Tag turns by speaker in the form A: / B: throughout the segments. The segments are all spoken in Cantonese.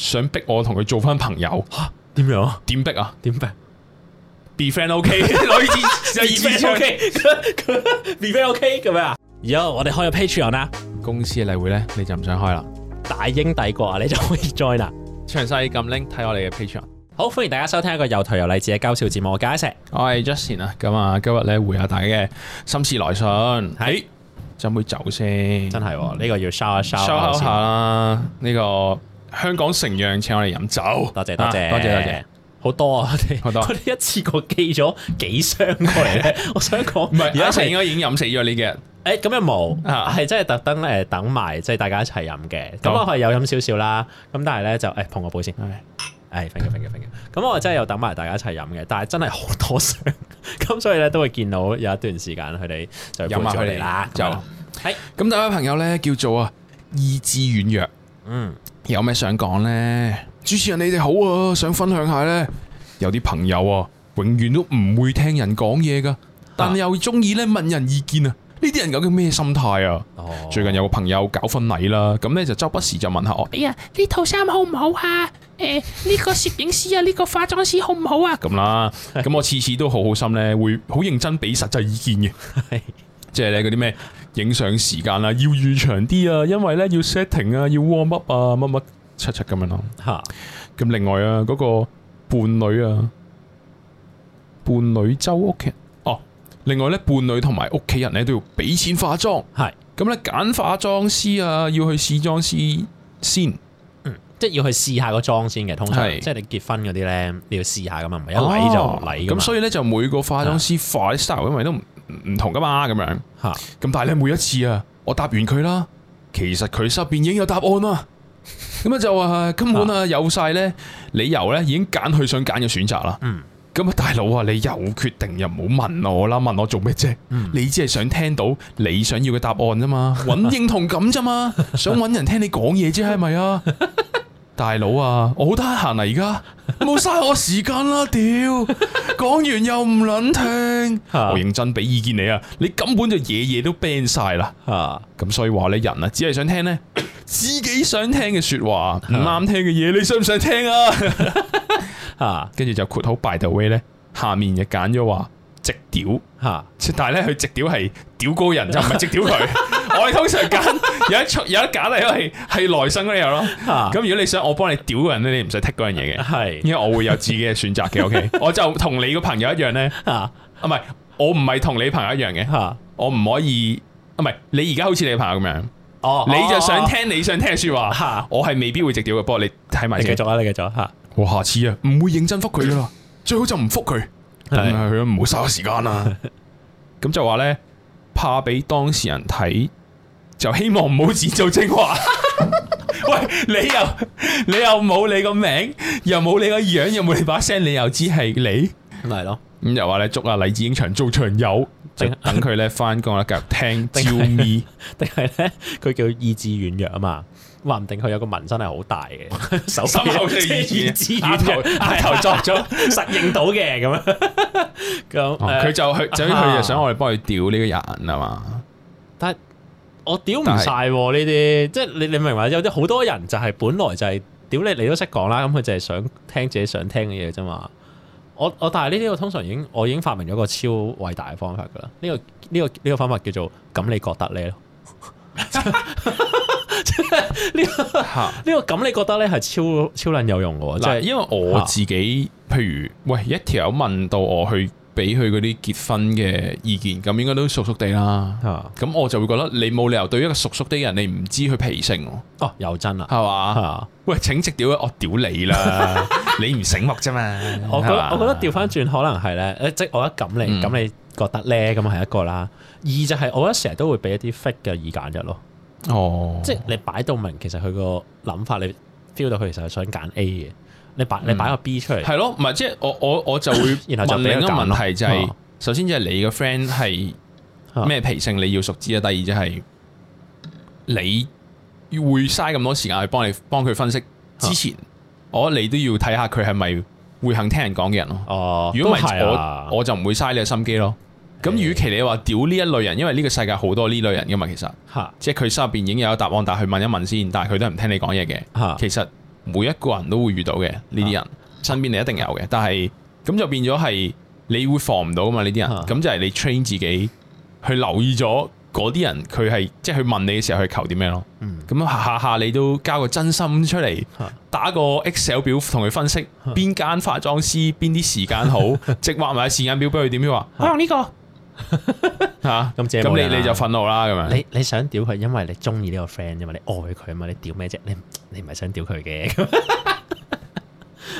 A: 想逼我同佢做翻朋友，
B: 吓點樣啊？
A: 點逼啊
B: 點辦？
A: ？Be friend OK，攞 支有二
B: b e
A: 支
B: friend
A: 槍
B: OK，b e friend OK 咁樣啊？而家我哋開咗 Patreon 啦，
A: 公司嘅例會咧，你就唔想開啦。
B: 大英帝國啊，你就可以 join 啦。
A: 詳細撳 link 睇我哋嘅 Patreon。
B: 好，歡迎大家收聽一個又頹又勵志嘅搞笑節目《我解釋》。
A: 我係 Justin 啊，咁啊，今日咧回下大家嘅心事來信。係嗯斟杯酒先，
B: 真係喎，呢個要 show 一 show
A: 收口
B: 先
A: 下啦。呢個香港城釀請我哋飲酒，
B: 多謝多謝
A: 啊多謝多謝。，
B: 好多啊！我哋
A: 好多
B: 我哋一次過寄咗幾箱過 嚟咧。我想講，
A: 唔係，啊
B: 而家
A: 而家
B: 係
A: 應該已經飲死咗呢幾日。
B: 誒咁又冇，
A: 啊
B: 係真係特登誒等埋，即係大家一齊飲嘅。咁
A: 好
B: 我係有飲少少啦，咁但係咧就誒碰個杯先。誒 thank you thank you thank you。咁我真係有等埋大家一齊飲嘅，但係真係好多箱， 咁所以咧都會見到有一段時間佢哋就
A: 飲下
B: 陪住
A: 佢
B: 我
A: 哋
B: 哋啦。
A: 就
B: 咁樣係
A: 咁第一位朋友咧叫做啊意志軟弱。
B: 嗯，
A: 有咩想講呢？主持人你哋好啊，想分享下呢。有啲朋友啊，永遠都唔會聽人講嘢
B: 啊
A: 噶，但又中意咧問人意見啊。呢啲人究竟咩心態啊？
B: 哦
A: 最近有個朋友搞婚禮啦，咁呢就周不時就問下我
C: 哎呀，呢套衫好唔好啊？诶、呢、個攝影師啊，呢、個化妝師好唔好啊？
A: 咁啦，咁我次次都好好心呢，會好認真俾實際意見嘅
B: 係，
A: 即係呢嗰啲咩影相時間啊，要預長啲啊，因為呢要 setting 啊，要 warm up 啊，乜乜七七咁樣咯。
B: 嚇
A: 咁另外啊，嗰、個伴侶啊，伴侶周屋企人哦，另外咧伴侶同埋屋企人咧都要俾錢化妝，
B: 係
A: 咁咧揀化妝師啊，要去試妝師先，
B: 即係要去試下個妝先嘅，通常
A: 係
B: 即係你結婚嗰啲咧，你要試下噶嘛，唔係一禮就唔禮噶
A: 哦咁
B: 嘛。
A: 所以咧就每個化妝師化啲 style 因為都唔唔同噶嘛，咁樣，咁
B: 嚇
A: 但係咧每一次啊，我答完佢啦，其實佢身邊已經有答案啦。咁啊就話根本啊有晒咧理由咧已經揀佢想揀嘅選擇啦。
B: 嗯
A: 咁啊，大佬啊，你有決定又唔好問我啦，問我做咩啫？
B: 嗯
A: 你只係想聽到你想要嘅答案啫 嘛，揾認同感啫嘛，想揾人聽你講嘢啫，係咪啊？ 大佬啊，我好得閒啊，而家冇嘥我時間啦，屌！講完又唔撚聽，
B: 嚇
A: 我認真俾意見你啊，你根本就夜夜都 ban 晒啦。
B: 嚇
A: 咁所以話咧，人啊，只係想聽呢自己想聽嘅説話，唔啱聽嘅嘢，你想唔想聽啊？
B: 嚇
A: 跟住就括好 by the way 咧，下面就揀咗話直屌，
B: 嚇
A: 但係咧佢直屌係屌高人就唔係直屌佢。我哋通常揀有一出有一揀係因為係來生嗰啲有咯。
B: 嚇
A: 咁如果你想我幫你屌嗰人咧，你唔使剔嗰樣嘢嘅，
B: 係
A: 因為我會有自己嘅選擇嘅。OK，我就同你個朋友一樣咧，
B: 嚇
A: 啊唔係，我唔係同你朋友一樣嘅，
B: 嚇
A: 我唔可以。啊唔係，你而家好似你朋友咁樣，
B: 哦，
A: 你就想
B: 哦
A: 聽你想聽嘅説話，
B: 嚇？
A: 我係未必會直屌嘅。不過你睇埋
B: 你繼
A: 先，
B: 續啊，你繼續啊
A: 我下次啊唔會認真覆佢 噶啦，最好就唔覆佢。
B: 嚇，
A: 咁
B: 係
A: 啊，佢都唔好嘥時間 啦。咁就話咧，怕俾當事人睇，就希望唔好自造精 華。喂，你又你又冇你個名，又冇你個樣，又冇你把聲，你又知係 你。
B: 咪係咯，
A: 咁又話咧，祝阿黎智英長做長友，就
B: 定
A: 等佢咧翻工啦，繼續聽
B: 定係
A: 照咪。
B: 定係咧佢叫意志軟弱啊嘛，話唔定佢有個紋身係好大 嘅，手
A: 心口
B: 即係
A: 即係意啊志
B: 意志
A: 額
B: 軟
A: 頭
B: 弱，
A: 額頭作
B: 咗，呃實認到嘅咁 樣，咁
A: 哦
B: 誒
A: 佢就去，就佢就想我哋幫佢調呢個人啊嘛。
B: 但係我屌唔晒喎呢啲，即係你你明嘛？有啲好多人就係本來就係屌你，你都識講啦，咁佢就係想聽自己想聽嘅嘢啫嘛。我我但係呢啲我通常已經我已經發明咗個超偉大嘅方法噶啦，呢、個呢、個呢、個方法叫做咁你覺得咧咯。即係呢個
A: 嚇
B: 呢個咁你覺得咧係超超撚有用嘅喎，即
A: 嗱，
B: 係
A: 因為我自己，譬如喂一條友問到我去俾佢嗰啲結婚嘅意見，咁應該都熟熟地啦。
B: 啊
A: 咁我就會覺得你冇理由對一個熟熟地嘅人，你唔知佢脾性喎，
B: 哦又真啦，
A: 係嘛？
B: 啊
A: 喂，請直屌我屌你 啦，你唔醒目啫嘛。
B: 我覺
A: 係
B: 得
A: 嘛
B: 我覺得調翻轉可能係咧，誒即係我一咁你
A: 嗯
B: 咁你覺得咧咁係一個啦。二就係我覺得成日都會俾一啲 fake 嘅意見一咯，
A: 哦，
B: 即係你擺到明其實佢個諗法你 feel 到佢其實係想揀 A 嘅，你擺你擺個 B 出嚟，
A: 嗯係咯，唔係即係我我我就會
B: 然後
A: 問
B: 就俾
A: 另一
B: 佢
A: 個
B: 揀
A: 問
B: 咯
A: 題就係
B: 啊，
A: 首先就係你個 friend 係咩脾性，你要熟知啊。第二就係你會嘥咁多時間去幫你幫佢分析之
B: 啊
A: 前，我覺得你都要睇下佢係咪會肯聽人講嘅人咯。
B: 哦，
A: 如果唔
B: 都
A: 係
B: 係啊
A: 我我就唔會嘥你嘅心機咯。咁
B: 誒
A: 與其你話屌呢一類人，因為呢個世界好多呢類人噶嘛，其實
B: 嚇
A: 即係佢心入邊已經有答案，但係佢問一問先，但係佢都係唔聽你講嘢嘅。
B: 嚇
A: 其實每一個人都會遇到嘅呢啲人，身邊你一定有嘅。但係咁就變咗係你會防唔到啊嘛呢啲人，
B: 啊
A: 咁就係你 train 自己去留意咗嗰啲人，佢係即係去問你嘅時候去求啲咩咯。
B: 嗯
A: 咁啊下下你都交個真心出嚟
B: 啊，
A: 打個 Excel 表同佢分析邊間化妝師邊啲時間 好，直畫埋時間表俾佢點樣話
C: 可能呢個
A: 嚇。
B: 咁借冇
A: 咁
B: 人
A: 你
B: 啊
A: 你就憤怒啦咁樣。
B: 你你想屌佢，因為你中意呢個 friend 啫嘛，你愛佢啊嘛，你屌咩啫？你你唔係想屌佢嘅，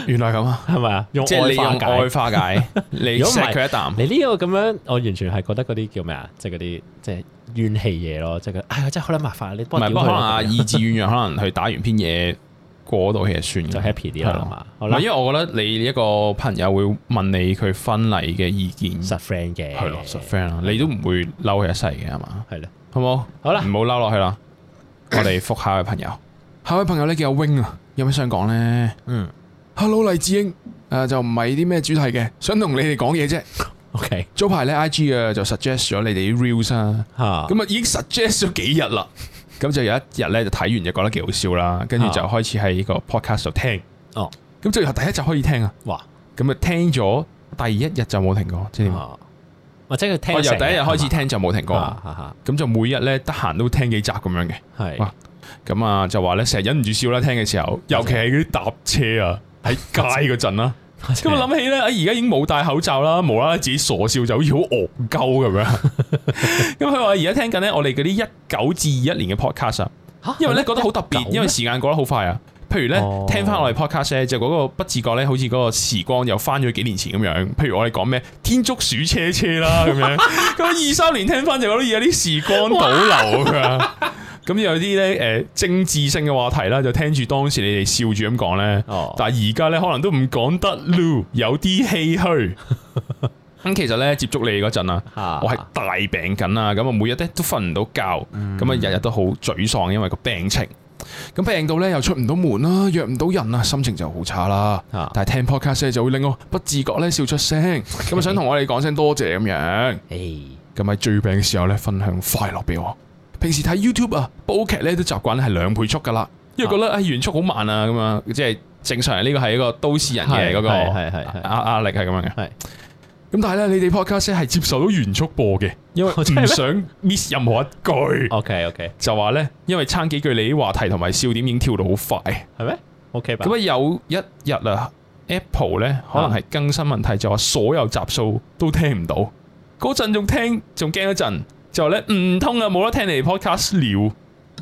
A: 原來咁啊，
B: 係咪啊？用
A: 即係你
B: 愛化
A: 用
B: 解
A: 愛。化 解，你
B: 如果唔係
A: 錫佢一啖，
B: 你呢個咁樣，我完全係覺得嗰啲叫咩啊？即係嗰啲即係怨氣嘢咯，即係佢，哎呀，真係好撚麻煩，你
A: 唔
B: 幫我
A: 係不
B: 屌
A: 過
B: 佢
A: 可能
B: 啦
A: 啊，
B: 咁樣
A: 意志軟弱，可能佢打完篇嘢過到其實算嘅
B: 就 happy 啲
A: 係
B: 啦
A: 咯
B: 嘛。好
A: 唔
B: 啦
A: 係，因為我覺得你一個朋友會問你佢婚禮嘅意見，
B: 實 friend 嘅
A: 係咯，實 friend 啦，你都唔會嬲佢一世嘅係嘛？
B: 係啦。
A: 好冇？
B: 好啦
A: 唔好嬲落去啦。我哋覆下一位朋友， 下一位朋友咧叫阿 wing 啊，有咩想講咧
B: 嗯
A: ？Hello 黎智英，誒、就唔係啲咩主題嘅，想同你哋講嘢啫。
B: ，OK
A: 早排咧 IG 啊就 suggest 咗你哋啲 reels 啊。
B: 嚇，咁
A: 咁啊已經 suggest 咗幾日 啦。咁就有一日咧就睇完就覺得幾好笑啦，跟住就
B: 啊
A: 開始喺個 podcast 度聽。
B: 哦，
A: 咁最後第一集可以聽啊，
B: 哇
A: 咁啊聽咗第一日就冇停過，即係點啊
B: 啊或者佢聽
A: 我由
B: 成
A: 第一日開始
B: 係嘛
A: 聽就冇停過，
B: 啊哈哈
A: 咁就每日咧得閒都聽幾集咁樣嘅。
B: 係
A: 哇咁啊就話咧成日忍唔住笑啦，聽嘅時 候，尤其係嗰啲搭車啊喺街嗰陣啦。咁我諗起咧，啊而家已經冇戴口罩啦，無啦啦自己傻笑就好似好戇鳩咁 樣。咁佢話而家聽緊咧，我哋嗰啲一九至二一年嘅 podcast 啊，
B: 嚇
A: 因為咧
B: 係
A: 覺
B: 咩
A: 得好特
B: 一九
A: 別，因為時間過得好快啊。譬如咧
B: 哦
A: 聽翻我哋 podcast 咧，就嗰個不自覺咧，好似嗰個時光又翻咗幾年前咁樣。譬如我哋講咩天竺鼠車車 啦咁樣，咁二三年聽翻就覺得有啲時光倒流㗎。 咁有啲咧誒政治性嘅話題啦，就聽住當時你哋笑住咁講咧。
B: 哦
A: 但係而家咧可能都唔講得嚕，有啲唏 噓。咁其實咧接觸你嗰陣啊，
B: 嚇
A: 我係大病緊啊，咁啊每日咧都瞓唔到覺，咁啊日日都好沮喪，因為個病情。咁病到咧又出唔到門啦，約唔到人啊，心情就好差啦。
B: 啊
A: 但係聽 podcast 咧就會令我不自覺咧笑出聲，咁啊想同我哋講聲多謝咁樣。
B: 誒
A: 咁喺最病嘅時候咧，分享快樂俾我。平時睇 YouTube 啊，煲劇咧都習慣咧係兩倍速噶啦，因為覺得啊原速好慢啊咁啊，即係正常呢個係一個都市人嘅
B: 係
A: 嗰個啊
B: 係係係係
A: 壓壓力係咁樣嘅。
B: 係
A: 咁但係咧，你哋 podcast 咧係接受到原 速播嘅，因為
B: 真係咩
A: 唔想 miss 任何一句。
B: OK OK
A: 就話咧，因為撐幾句你啲話題同埋笑點已經跳到好快。
B: 係咩？OK 吧
A: 咁啊有一日啊，Apple 咧可能係更新問題，就話所有集數都聽唔到。嗰陣仲聽仲驚一陣，就話咧唔通啊冇得聽你哋 podcast 了。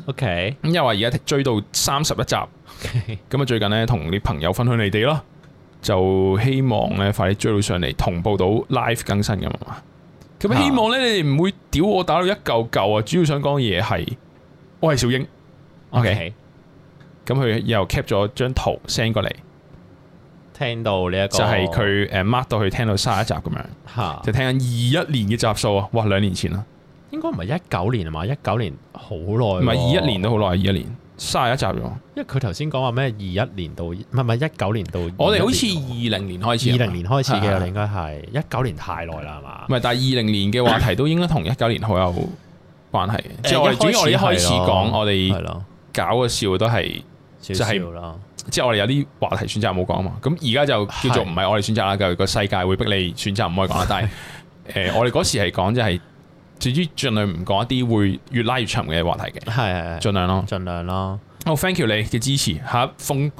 B: OK
A: 咁又話而家追到三十一集，咁
B: OK
A: 啊最近咧同啲朋友分享你哋啦，就希望咧快啲追到上嚟，同步到 live 更新咁啊嘛。咁
B: 啊
A: 希望咧你哋唔會屌我打到一嚿嚿啊！主要想講嘅嘢係，我係小英。
B: OK，
A: 咁佢又 cap 咗張圖 send 過嚟，
B: 哦聽到呢一個
A: 就係佢誒 mark 到佢聽到三一集咁樣，
B: 嚇
A: 就聽緊二一年嘅集數啊！哇，兩年前啦，
B: 應該唔係一九年啊嘛，一九年好耐喎，
A: 唔
B: 唔
A: 係二一年都好耐，二一年三十一集咗。
B: 因為佢頭先講話咩二一年到，唔係唔係一九年到21年喎，
A: 零年開啊
B: 二零年開始
A: 係係
B: 嘅，應該係一九年太耐啦，係嘛
A: 唔？係，但係二零年嘅話題都應該同一九年好有關係嘅。即係我哋
B: 一
A: 主
B: 開始
A: 要我哋一開始
B: 係咯
A: 講我
B: 係
A: 哋
B: 咯，
A: 搞嘅笑都係，
B: 少
A: 就係
B: 少啦，
A: 即係我哋有啲話題選擇冇講啊嘛。咁而家就叫做
B: 係
A: 唔係我哋選擇啦，就個世界會逼你選擇唔可以講啦。 但係誒，我哋嗰時係講就係，至於盡量唔講一啲會越拉越長嘅話題嘅，
B: 係係係
A: 盡量咯。
B: 盡 量啦，
A: 好，thank you 你嘅支持。下一封，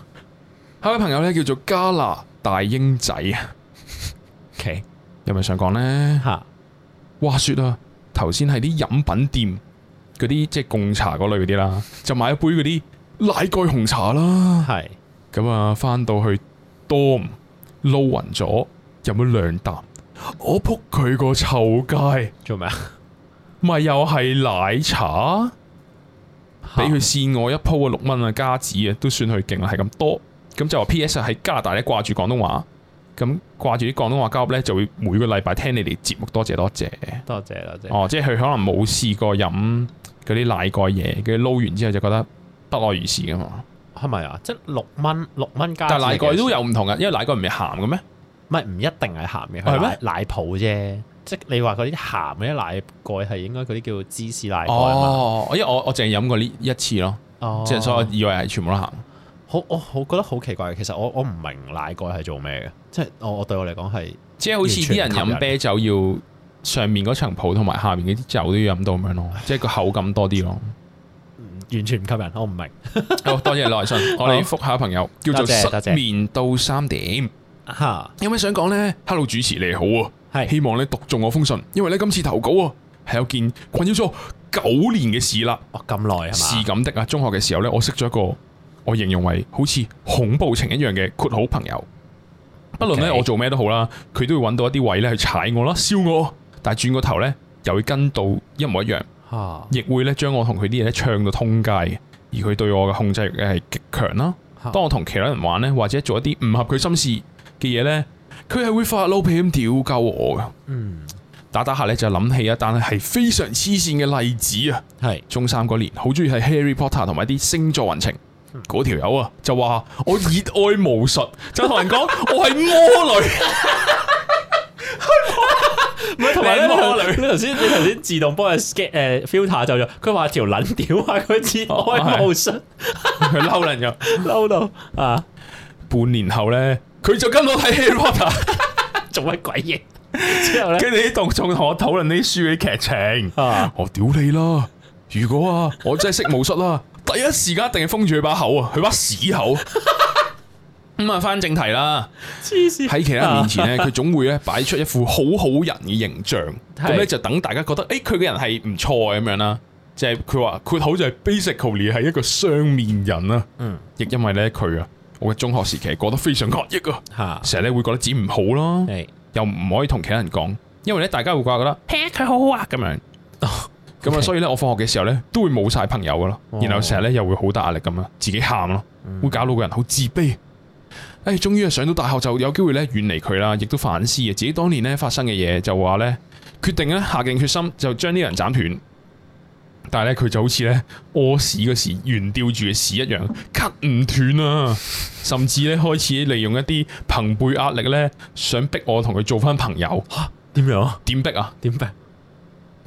A: 下一位朋友咧叫做加拿大英仔啊，
B: OK
A: 有咪想講呢？
B: 嚇
A: 話說啊，頭先喺啲飲品店嗰啲即係貢茶嗰類嗰啲啦，就買一杯嗰啲奶蓋紅茶啦。
B: 係
A: 咁啊，翻到去 dorm 撈暈咗，飲咗兩啖，我撲佢個臭街，
B: 做咩啊？
A: 咪又係奶茶， 俾佢
B: 嚇
A: 跣我一鋪啊六蚊啊加紙啊，都算佢勁啦，係咁多。咁就話 P.S. 喺加拿大咧掛住廣東話，咁掛住啲廣東話交入咧，就會每個禮拜聽你哋節目，多謝多謝。
B: 多謝多謝，
A: 哦，即係佢可能冇試過飲嗰啲奶蓋嘢，佢撈完之後就覺得不外如是噶嘛。
B: 係咪啊？即係六蚊六蚊加，
A: 但係奶蓋都有，唔同噶，因為奶蓋唔係鹹嘅咩？
B: 唔係唔一定係鹹嘅，
A: 係咩
B: 係咩？奶泡啫，即係你話嗰啲鹹嗰啲奶蓋係應該嗰啲叫芝士奶蓋啊嘛，
A: 哦哦，因為我我淨係飲過呢一次咯，
B: 哦
A: 即係所以我以為係全部都鹹。
B: 好我我覺得好奇怪，其實我我唔明奶蓋係做咩嘅，即係我我對我嚟講係
A: 即係好似啲人飲啤酒要上面嗰層泡同埋下面嗰啲酒都要飲到咁 樣咯，即係個口感多啲咯。
B: 完全唔吸引，我唔明。
A: 好多謝來 信，我哋覆下朋友叫做
B: 多謝多
A: 失
B: 謝
A: 眠到三點。
B: 吓，
A: 有咩想講呢？Hello 主持你好啊，
B: 係
A: 希望咧讀中我封信，因為咧今次投稿啊係有件困擾咗我九年嘅事啦。
B: 哦咁耐
A: 是
B: 係嘛？
A: 咁的啊！中學嘅時候呢，我識咗一個我形容為好似恐怖情一樣嘅括好朋友。不論呢
B: OK
A: 我做咩都好啦，佢都會揾到一啲位呢去踩我啦、燒我，但係轉個頭呢，又會跟到一模一樣，
B: 吓
A: 亦會呢將我同佢啲嘢呢唱到通街嘅。而佢對我嘅控制力係極強啦。
B: 嚇
A: 當我同其他人玩呢，或者做一啲唔合佢心事嘅嘢呢，佢係會發嬲脾咁屌鳩我嘅。
B: 嗯
A: 打打下呢，就諗起一單係非常黐線嘅例子啊！
B: 係
A: 中三嗰年好中意睇 Harry Potter 同埋啲星座運程。嗰條友啊，就話我熱愛巫術，就同人講我係魔女，
B: 同埋咧，
A: 靚魔
B: 你頭先你頭先自動幫佢 scan 誒 filter 就咗，佢話條撚屌啊，佢自愛無術，
A: 佢嬲人㗎。
B: 嬲到啊，
A: 半年後呢，佢就跟我睇 Harry Potter，
B: 做乜鬼嘢？之後咧
A: 跟住啲同仲同我討論啲書嘅劇情。
B: 啊，
A: 我哦屌你啦！如果啊，我真係識巫術啦，第一時間一定係封住佢把口啊，佢把屎 口。咁啊，翻正題啦。
B: 黐線
A: 喺其他人面前
B: 啊
A: 咧，佢總會咧擺出一副好好人嘅形象，
B: 係
A: 咁咧就等大家覺得，誒佢嘅人係唔錯咁樣啦。即係佢話括好就係 basically 係一個雙面人啦。
B: 嗯，
A: 亦因為咧佢啊，我嘅中學時期過得非常壓抑啊，
B: 嚇，
A: 成日咧會覺得自己唔好啦，
B: 係
A: 又唔可以同其他人講，因為咧大家會覺得
C: 劈佢好好啊！
A: 咁樣。咁啊，所以咧，我放學嘅時候咧，都會冇晒朋友噶咯，
B: 哦
A: 然後成日咧又會好大壓力咁啊，自己喊咯，會搞到個人好自卑。誒，終於啊上到大學就有機會咧遠離佢啦，亦都反思啊自己當年咧發生嘅嘢，就話咧決定咧下定決心就將呢個人斬斷。但係咧佢就好似咧屙屎嗰時懸吊住嘅屎一樣，咳唔斷啊！甚至咧開始利用一啲朋輩壓力咧，想逼我同佢做翻朋友。
B: 點樣啊？
A: 點逼啊？
B: 點辦？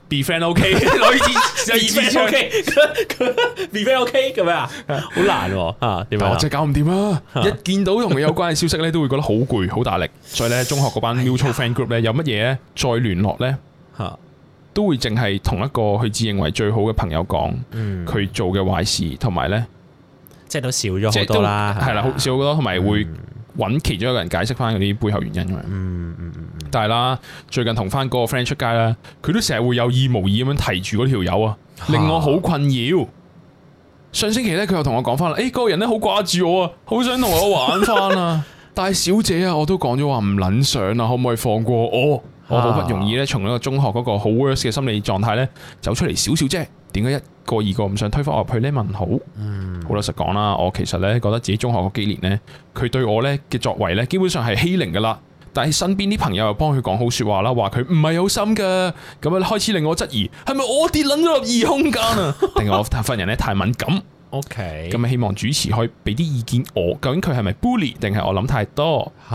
A: be friend OK，女字
B: B
A: 女
B: friend
A: 字 OK，
B: OK，B friend OK 咁樣啊，好難喎啊！點
A: 但
B: 樣
A: 我
B: 啊？
A: 真係搞唔掂啦！一見到同佢有關嘅消息咧，都會覺得好攰、好大力。所以咧，中學嗰班 mutual friend group 咧，有乜嘢咧再聯絡咧，
B: 嚇，
A: 都會淨係同一個佢自認為最好嘅朋友講
B: 嗯，
A: 佢做嘅壞事，同埋咧
B: 即係都少咗
A: 即
B: 好
A: 係
B: 多
A: 都
B: 啦，啊
A: 係啦，好少好多，同埋會
B: 嗯
A: 揾其中一個人解釋翻嗰啲背後原因咁樣。
B: 嗯嗯嗯嗯，
A: 但係啦，最近同翻嗰個 friend 出街啦，佢都成日會有意無意咁樣提住嗰條友啊，令我好困擾。上星期咧，佢又同我講翻啦，誒、嗰個人咧好掛住我啊，好想同我玩翻啊。但係小姐啊，我都講咗話唔撚想啊啦，可唔可以放過我？我好不容易咧，從呢個中學嗰個好 worst 嘅心理狀態咧，走出嚟少少啫。點解一個二個唔想推翻我入去呢？問好，好老實講啦，我其實咧覺得自己中學嗰幾年咧，佢對我咧嘅作為咧，基本上係欺凌噶啦。但係身邊啲朋友又幫佢講好説話啦，話佢唔係有心噶，咁樣開始令我質疑係咪我跌撚咗入異空間啊？定係我份人咧太敏感？
B: OK，
A: 咁啊希望主持可以俾啲意見我，究竟佢係咪 bully 定係我諗太多？
B: 嚇，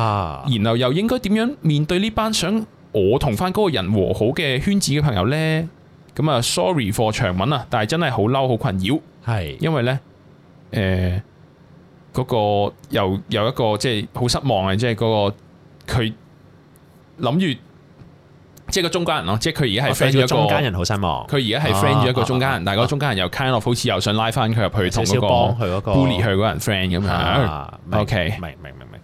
A: 然後又應該點樣面對呢班想我同翻嗰個人和好嘅圈子嘅朋友呢？咁啊，sorry for 長文啊，但係真係好嬲，好困擾，
B: 係
A: 因為呢，誒、嗰、個又有一個即係好失望嘅，即係嗰、個佢諗住即係個中間人咯，即係佢
B: 哦
A: 而家係 friend 咗一
B: 中間
A: 個。
B: 人好失望，
A: 佢而家係 friend 咗一個
B: 啊
A: 中間
B: 啊
A: 人，但係嗰個中間人又 kind of 好似又想拉翻佢入去
B: 少
A: 同
B: 少
A: 嗰個
B: 幫佢嗰個
A: bully 佢嗰個人 friend 咁樣。
B: 啊明
A: OK
B: 明明明明，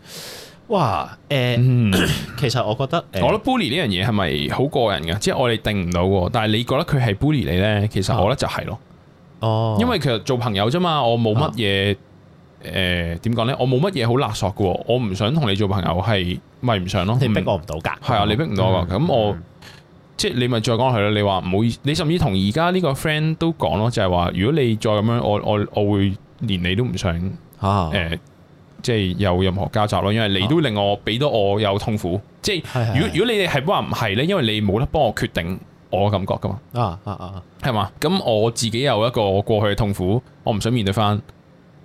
B: 哇誒，
A: 嗯
B: 其實我覺得
A: 我覺得
B: 誒，
A: bully 呢樣嘢係咪好個人嘅？即係我哋定唔到喎。但係你覺得佢係 bully 你呢？其實我覺得就係咯，
B: 啊哦，啊
A: 因為其實做朋友啫嘛，我冇乜嘢誒點講呢？我冇乜嘢好勒索嘅喎，我唔想同你做朋友係咪唔想咯？
B: 你逼
A: 唔
B: 我唔到㗎，
A: 係啊，你逼唔到我㗎。咁我即係你咪再講佢咯。你話唔好意思，你甚至同而家呢個 friend 都講咯，就係話如果你再咁樣，我我我會連你都唔想
B: 啊
A: 誒，即係有任何交集咯，因為你都令我俾到我有痛苦，即係。
B: 係
A: 如果如果你哋係話唔係呢，因為你冇得幫我決定我嘅感覺噶嘛，
B: 果啊啊啊
A: 係嘛？咁我自己有一個過去嘅痛苦，我唔想面對翻。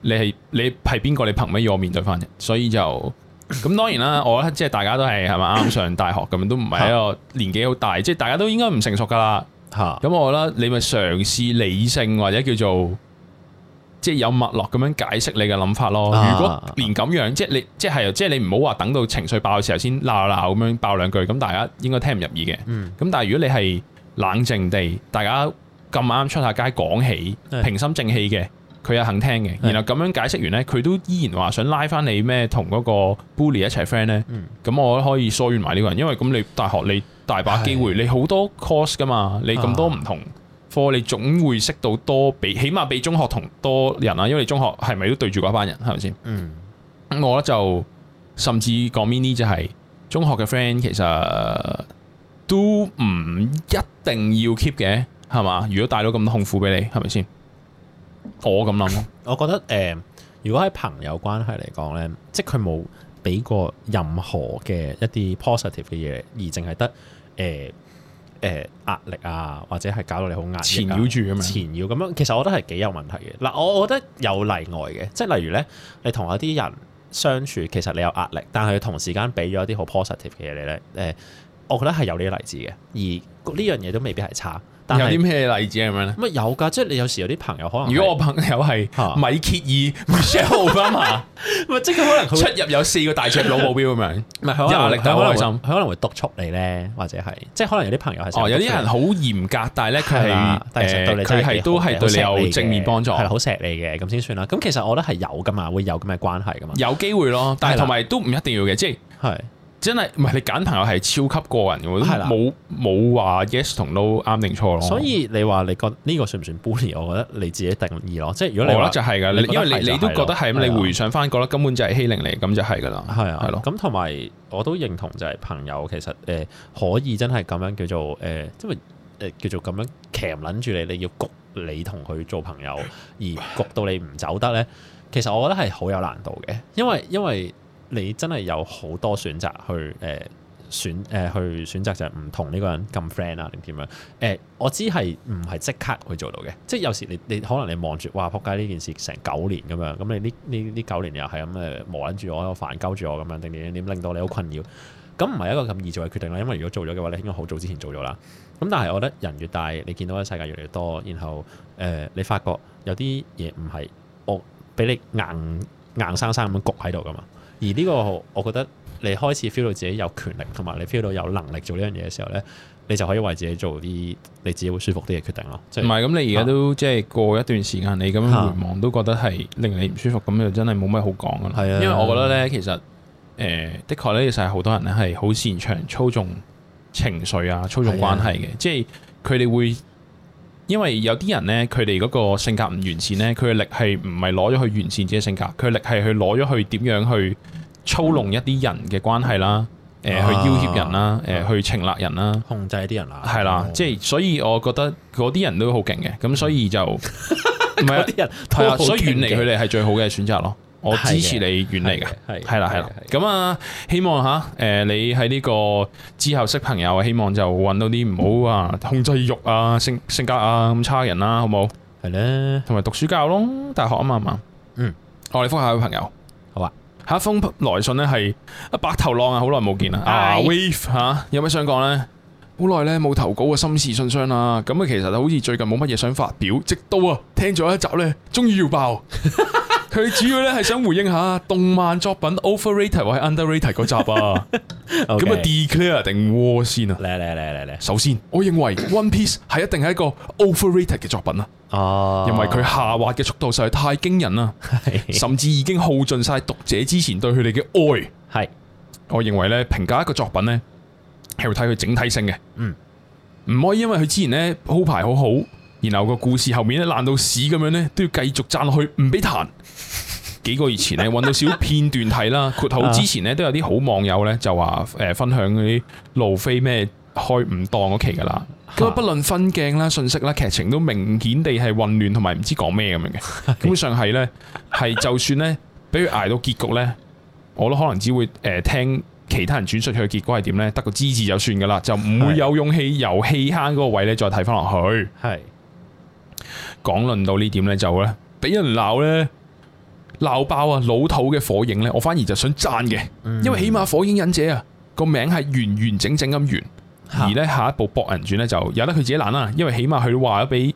A: 你係你係邊個？你憑乜要我面對翻啫？所以就咁當然啦，我覺得即係大家都係係嘛啱上大學咁樣，都唔係一個年紀好大，即係大家都應該唔成熟噶啦。
B: 嚇
A: 咁我覺得你咪嘗試理性或者叫做即係有脈絡咁樣解釋你嘅諗法咯。
B: 啊
A: 如果連咁樣，即係你即係即係你唔好話等到情緒爆嘅時候先鬧鬧咁樣爆兩句，咁大家應該聽唔入耳嘅。
B: 嗯，
A: 咁但係如果你係冷靜地，大家咁啱出下街講起，
B: 係
A: 平心靜氣嘅，佢又肯聽嘅，
B: 係
A: 然後咁樣解釋完呢，佢都依然話想拉翻你咩同嗰個 bully 一齊 friend 呢。
B: 嗯
A: 咁我覺得可以疏遠埋呢個人，因為咁你大學你大把機會，你好多 course 噶嘛，你咁多唔同科，你總會識到多比，起碼比中學同多人啊，因為你中學係咪都對住嗰班人，係咪先？
B: 嗯，
A: 咁我覺得就甚至講 mini 就係、中學嘅 friend 其實都唔一定要 keep 嘅，係嘛？如果帶到咁多痛苦俾你，係咪先？我咁諗咯，
B: 我覺得诶、誒如果喺朋友關係嚟講咧，即係佢冇俾過任何嘅一啲 positive 嘅嘢，而淨係得诶诶压力啊，或者係搞到你好壓
A: 纏
B: 抑啊
A: 繞住咁樣。
B: 纏繞咁樣，其實我覺得係幾有問題嘅。嗱，我我覺得有例外嘅，即係例如咧，你同一啲人相處，其實你有壓力，但係佢同時間俾咗一啲好 positive 嘅嘢你咧，誒、我覺得係有呢啲例子嘅，而呢樣嘢都未必係差。但
A: 有
B: 係
A: 啲咩例子係咁樣咧？
B: 乜有㗎？即係你有時有啲朋友可能係，
A: 如果我朋友係
B: 嚇
A: 米歇爾 Michelle Obama，
B: 唔係即係佢可 能佢
A: 出
B: 會
A: 入有四個大隻佬目標咁樣。
B: 唔係佢可能
A: 有壓力
B: 佢
A: 但係
B: 可能
A: 開心
B: 會佢可能會督促你咧，或者係即係可能有啲朋友係
A: 哦，有啲人
B: 成日督促你
A: 好嚴格，但係咧佢
B: 係啦，但係
A: 係
B: 實對
A: 誒
B: 你
A: 佢
B: 真
A: 係
B: 係
A: 都係
B: 係
A: 對你有正面幫助，
B: 係啦，好錫你嘅咁先算啦。咁其實我覺得係有噶嘛，會有咁嘅關係噶嘛，
A: 有機會咯。但係
B: 係啦
A: 同埋都唔一定要嘅，即係。
B: 係。
A: 真係唔係你揀朋友係超級個人嘅
B: 係啦
A: 喎，都冇冇話 yes 同 no 啱定錯咯。
B: 所以你話你覺得呢個算唔算 bully？我覺得你自己定義咯。即係如
A: 我
B: 果你
A: 覺
B: 話
A: 得就係㗎，
B: 你
A: 你因為
B: 覺得係
A: 你
B: 就
A: 你都
B: 係
A: 覺
B: 咯
A: 得係咁，你
B: 係啊
A: 回想翻覺得根本就係欺凌你，咁就係㗎啦。
B: 係啊，
A: 係咯，
B: 咁同埋我都認同就係朋友其實誒、呃可以真係咁樣叫做誒、呃因為誒、呃叫做咁樣鉗撚住你，你要焗你同佢做朋友，而焗到你唔走得咧，其實我覺得係好有難度嘅，因為因為你真係有好多選擇去誒。呃選誒、呃去選擇就係唔同呢個人咁 friend 啊定點樣？誒、我知係唔係即刻去做到嘅，即係有時你你可能你望住哇撲街呢件事成九年咁樣，咁你呢呢呢九年又係咁誒磨撚住我，又煩鳩住我咁樣，定點點點令到你好困擾。咁唔係一個咁易做嘅決定啦，因為如果做咗嘅話，你應該好早之前做咗啦。咁但係我覺得人越大，你見到嘅世界越嚟越多，然後誒、呃你發覺有啲嘢唔係我俾你硬硬生生咁樣焗喺度噶嘛。而呢個我覺得你開始 feel 到自己有權力，同埋你 feel 到有能力做呢樣嘢嘅時候咧，你就可以為自己做啲你自己會舒服啲嘅決定咯。即
A: 唔
B: 係
A: 係咁，你而家都即係過一段時間，你咁樣
B: 嚇
A: 回望都覺得係令你唔舒服，咁就真係冇乜好講㗎啦。
B: 係啊
A: 因為我覺得咧，其實誒的確咧，其實係好多人咧係好擅長操縱情緒啊，操縱關係嘅，即係佢哋會。因為有啲人咧，佢哋嗰個性格唔完善咧，佢嘅力係唔係攞咗去完善自己嘅性格，佢嘅力係去攞咗去點樣去操弄一啲人嘅關係啦，誒、
B: 啊
A: 去要挾人啦，誒、呃
B: 啊
A: 去情勒人啦，
B: 控制啲人啊哦啦，
A: 係啦，即係所以我覺得嗰啲人都好勁嘅，咁所以 就唔係
B: 嗰
A: 啊
B: 啲人
A: 係啊，
B: 都好
A: 所以遠離
B: 勁
A: 佢
B: 嘅
A: 哋係最好嘅選擇咯。我支持你遠離㗎，
B: 係嘅係嘅
A: 係啦係啦。咁啊，希望吓誒你喺呢個之後識朋友啊，希望就揾到啲唔好啊控制欲啊性性格啊咁差嘅人啦，好冇？
B: 係咧。
A: 同埋讀書教咯，大學啊嘛係嘛。
B: 嗯，
A: 我哋覆下一位朋友。
B: 好啊。
A: 下一封來信呢係啊白頭浪啊，好耐冇見啦。啊
C: Hi
A: Wave 吓，有咩想講呢？好耐呢冇投稿嘅心事信箱啦。咁啊，其實好似最近冇乜嘢想發表，直到啊聽咗一集呢，終於要爆。 佢主要呢係想回應下動漫作品 overrated 或係 underrated 嗰集啊。
B: 咁
A: 咁啊 declare 定 war 先啊。
B: 嚟嚟嚟嚟嚟，
A: 首先，我認為 One Piece 係一定係一個 overrated 嘅作品啊。
B: 哦
A: 因為佢下滑嘅速度實在太驚人啦，
B: 係
A: 甚至已經耗盡晒讀者之前對佢哋嘅愛。
B: 係
A: 我認為咧，評價一個作品咧，係要睇佢整體性嘅。
B: 嗯，
A: 唔可以因為佢之前咧鋪排好好，然後個故事後面咧爛到屎咁樣咧，都要繼續讚落去，唔俾 彈。幾個月前咧揾到少片段睇 啦，括號之前咧都有啲好網友咧就話誒、呃分享嗰啲路飛咩開五檔嗰期噶啦。咁啊，不論分鏡啦、信息啦、劇情都明顯地係混亂同埋唔知講咩咁樣嘅。基本上 係咧，係就算咧俾佢捱到結局咧，我都可能只會誒、呃、聽其他人轉述佢嘅結果係點咧，得個知字就算噶啦，就唔會
B: 係
A: 有勇氣由氣坑嗰個位咧再睇翻落去。
B: 係
A: 講論到呢點咧，就咧俾人鬧咧鬧爆啊！老土嘅火影咧，我反而就想讚嘅，
B: 嗯
A: 因為起碼火影忍者啊個名係完完整整咁完。而咧下一部《博人傳》咧就由得佢自己懶啦，因為起碼佢話咗俾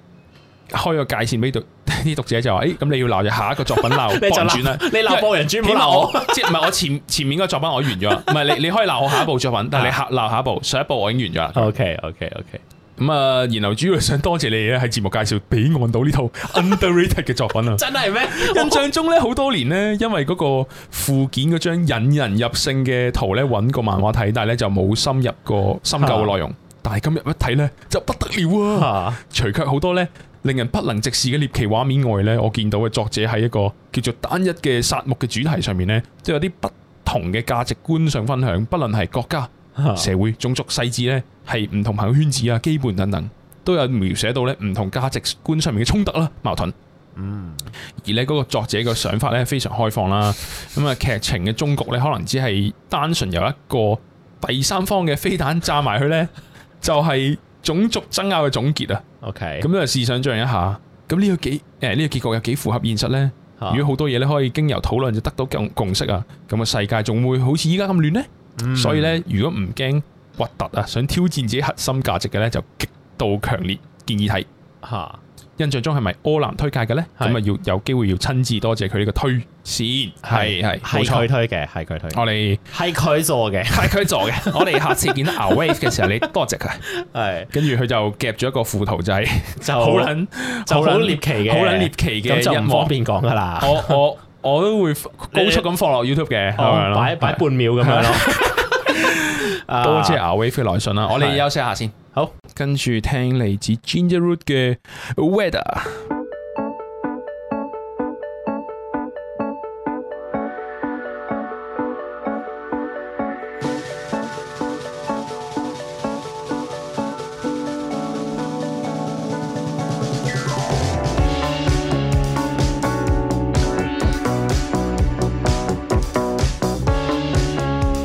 A: 開個界線俾讀 啲讀者就話：，诶，哎咁你要鬧就下一個作品鬧
B: 你就
A: 博人
B: 鬧
A: 轉啦，
B: 你鬧博人轉啊
A: 轉起
B: 唔好鬧
A: 碼
B: 我
A: 我即係唔係我 前前面個作品我完咗，唔係你你可以鬧我下一部作品，
B: 啊
A: 但係你下鬧下一部上一部我已經完咗啦。
B: OK OK OK，
A: 咁啊，然後主要想多謝你咧喺節目介紹俾我揾到呢套 underrated 嘅作品啊！
B: 真係咩？
A: 印象中咧好多年咧，因為嗰個附件嗰張引人入勝嘅圖咧，揾個漫畫睇，但係咧就冇深入過深究嘅內容。但係今日一睇咧就不得了啊！
B: 啊
A: 除卻好多咧令人不能直視嘅獵奇畫面外咧，我見到嘅作者喺一個叫做單一嘅殺戮嘅主題上面咧，都有啲不同嘅價值觀上分享，不論係國家、
B: 啊
A: 社會、種族、細緻咧，係唔同朋友圈子啊、基本等等，都有描寫到咧唔同價值觀上面嘅衝突啦、矛盾。
B: 嗯
A: 而呢嗰個作者嘅想法咧非常開放啦，咁啊劇情嘅終局咧可能只係單純由一個第三方嘅飛彈炸埋去咧，就係、種族爭拗嘅總結啊！
B: OK，
A: 咁咧試想像一下，咁呢個幾誒呢、個結局有幾符合現實呢？
B: 啊
A: 如果好多嘢咧可以經由討論就得到共共識啊，咁啊世界仲會好似依家咁亂呢？
B: 嗯
A: 所以咧，如果唔驚核突啊，想挑戰自己核心價值嘅咧，就極度強烈建議睇。
B: 嚇
A: 印象中係咪柯南推介嘅咧？咁
B: 係
A: 啊要有機會要親自多謝佢呢個推薦，係係
B: 係哦
A: 冇
B: 佢
A: 錯。
B: 推嘅，係佢推，
A: 我哋
B: 係佢做嘅，
A: 係佢做嘅， 我哋下次 見到 a Wave 嘅時候，你多謝佢。
B: 係
A: 跟住佢就夾咗一個副圖仔，
B: 就
A: 好撚
B: 就好獵奇嘅，
A: 好撚獵奇
B: 咁就
A: 嘅
B: 唔
A: 一
B: 方
A: 幕。
B: 便講噶啦。
A: 我我我都 會高速咁放落 YouTube 嘅，係咪
B: 哦，
A: 咯
B: 擺擺半秒咁樣咯。 啊
A: 多謝 a Wave 嘅來信啦。我哋
B: 係
A: 休息下先，
B: 好，
A: 跟住聽嚟自 Ginger Root 嘅 Weather。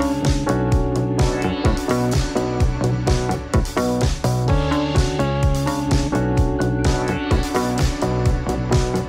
D: Hãy subscribe cho kênh Ghiền Mì Gõ Để không bỏ lỡ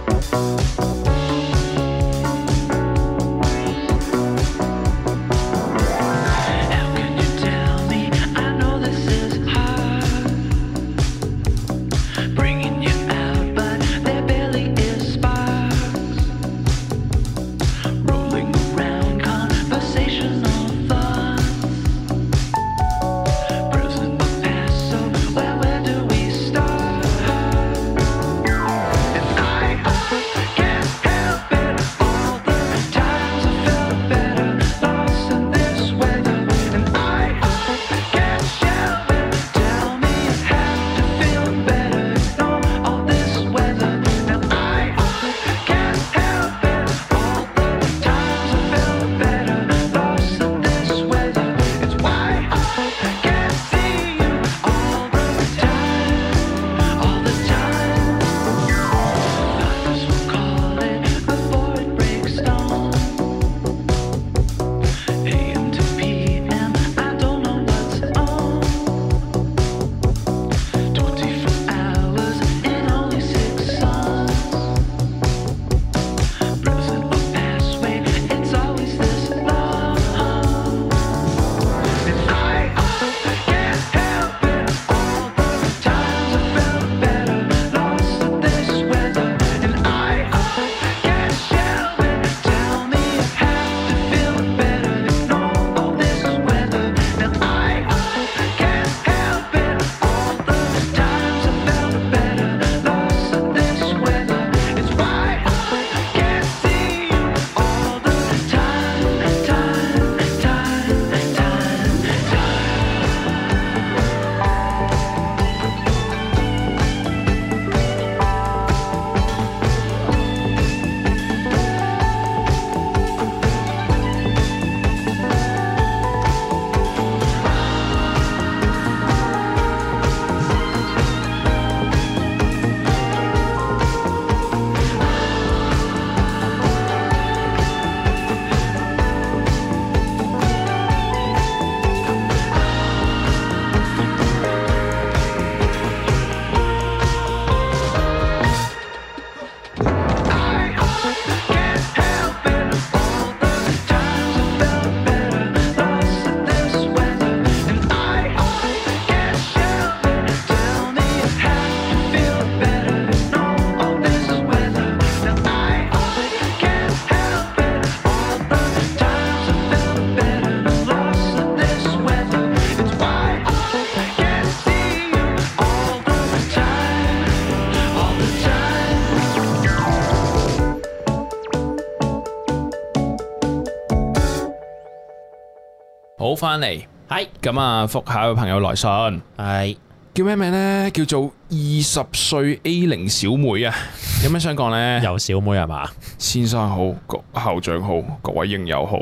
A: 好翻嚟，
B: 係
A: 咁啊，复下位朋友來信。
B: 係
A: 叫咩名呢？叫做二十歲 A 零小妹啊！有咩想講呢？
B: 有小妹係嘛？
A: 先生好，各校長好，各位應友好，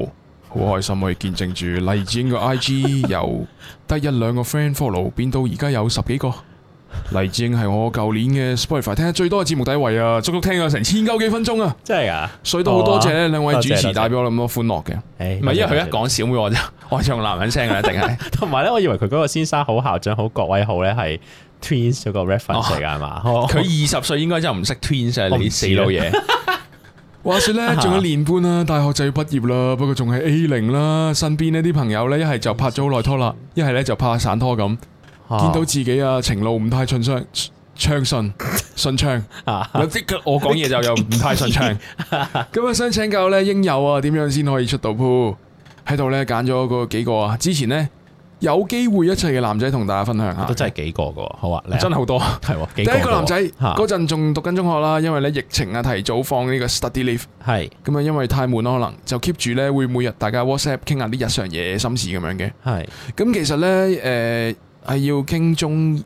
A: 好開心可以見證住黎智英個 IG 由得一兩個 friend follow 變到而家有十幾個。黎智英係我舊年嘅 Spotify 聽得最多嘅節目第一位啊，足足聽咗成千九幾分鐘啊！
B: 真係㗎？
A: 所以都好多謝呢兩位
B: 多謝
A: 主持
B: 多謝
A: 帶俾我咁哦多歡樂嘅。
B: 誒
A: 唔係因為佢一
B: 多謝
A: 講小妹我就我就用男人聲嘅，一定係。
B: 同埋咧，我以為佢嗰個先生好校長好各位好咧係 Twins 嗰個 reference 嚟㗎係嘛？我
A: 佢二十歲應該哦真係唔識 twins 啊！
B: 我唔
A: 你
B: 知
A: 死
B: 啊
A: 老嘢。 啊話說咧，仲有年半啦，大學就要畢業啦，不過仲係 A 零啦。身邊呢啲朋友咧，一係就拍咗好耐拖啦，一係咧就拍散拖咁。見到
B: 啊
A: 自己啊，情路唔太順暢，暢 順順暢。
B: 啊
A: 嗱即刻我講嘢就又唔太順 暢。咁啊，想請教咧，應有啊，點樣先可以出到鋪？喺度咧揀咗嗰幾個啊，之前呢，有機會一齊嘅男仔同大家分享下，
B: 都真係幾個㗎喎，好啊，嚟啊
A: 啊真係好多。
B: 係喎，
A: 第
B: 幾
A: 一
B: 個
A: 個男仔
B: 嚇
A: 嗰陣仲讀緊中學啦，因為咧疫情啊，提早放呢個 study leave，
B: 係
A: 咁啊因為太悶啦，可能就 keep 住咧會每日大家 WhatsApp 傾下啲日常嘢心事咁樣嘅。
B: 係
A: 咁其實咧誒係要傾中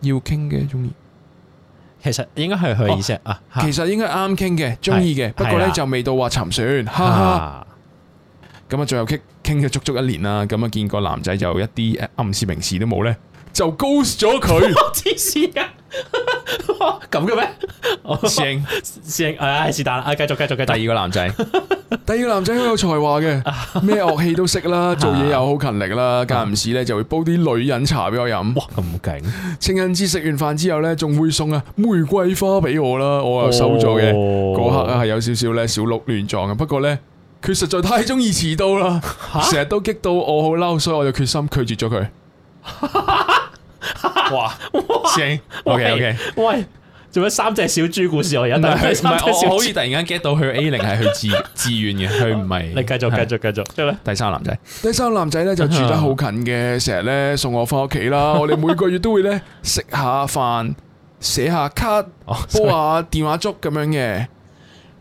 A: 要傾嘅中意，
B: 其實應該係佢嘅意思啊，
A: 哦
B: 嚇
A: 其實應該啱傾嘅中意嘅，
B: 係
A: 不過
B: 係
A: 咧
B: 啦
A: 就未到話沉船，哈哈。
B: 啊
A: 咁啊最後傾傾咗足足一年啦，咁啊見個男仔就一啲呃暗示明示都冇咧，就 ghost 咗 佢。
B: 黐線㗎， 咁嘅咩？我
A: 師兄，
B: 師兄，唉，是但啦，啊，繼續繼續繼
A: 第
B: 續，
A: 二個男仔。第二個男仔好有才華 嘅，咩樂器都識
B: 啊
A: 啦，做嘢又好勤力啦，間唔時咧就會煲啲女人茶俾我飲。
B: 哇，咁勁，
A: 情人節食完飯之後咧，仲會送啊玫瑰花俾我啦，我又收咗嘅。
B: 哦
A: 嗰刻啊係有少少咧小鹿亂撞嘅，啊不過咧佢實在太中意遲到 啦，成日都激到我好嬲，所以我就決心拒絕咗佢。哇，正，OK OK，
B: 喂，做咩三隻小豬故事？啊我而家
A: 唔
B: 等
A: 係
B: 緊
A: 唔
B: 三隻
A: 係，
B: 小
A: 我好似
B: 豬。
A: 突然間 get 到佢 A 零係佢自自愿嘅，佢唔係。
B: 你繼續
A: 係
B: 繼續繼續，即係咧
A: 第三個男仔，第三個男仔咧 就住得好近嘅，成日咧送我翻屋企 啦。我哋每個月都會咧食下飯、寫下卡、
B: 哦
A: 煲下電話粥咁樣嘅。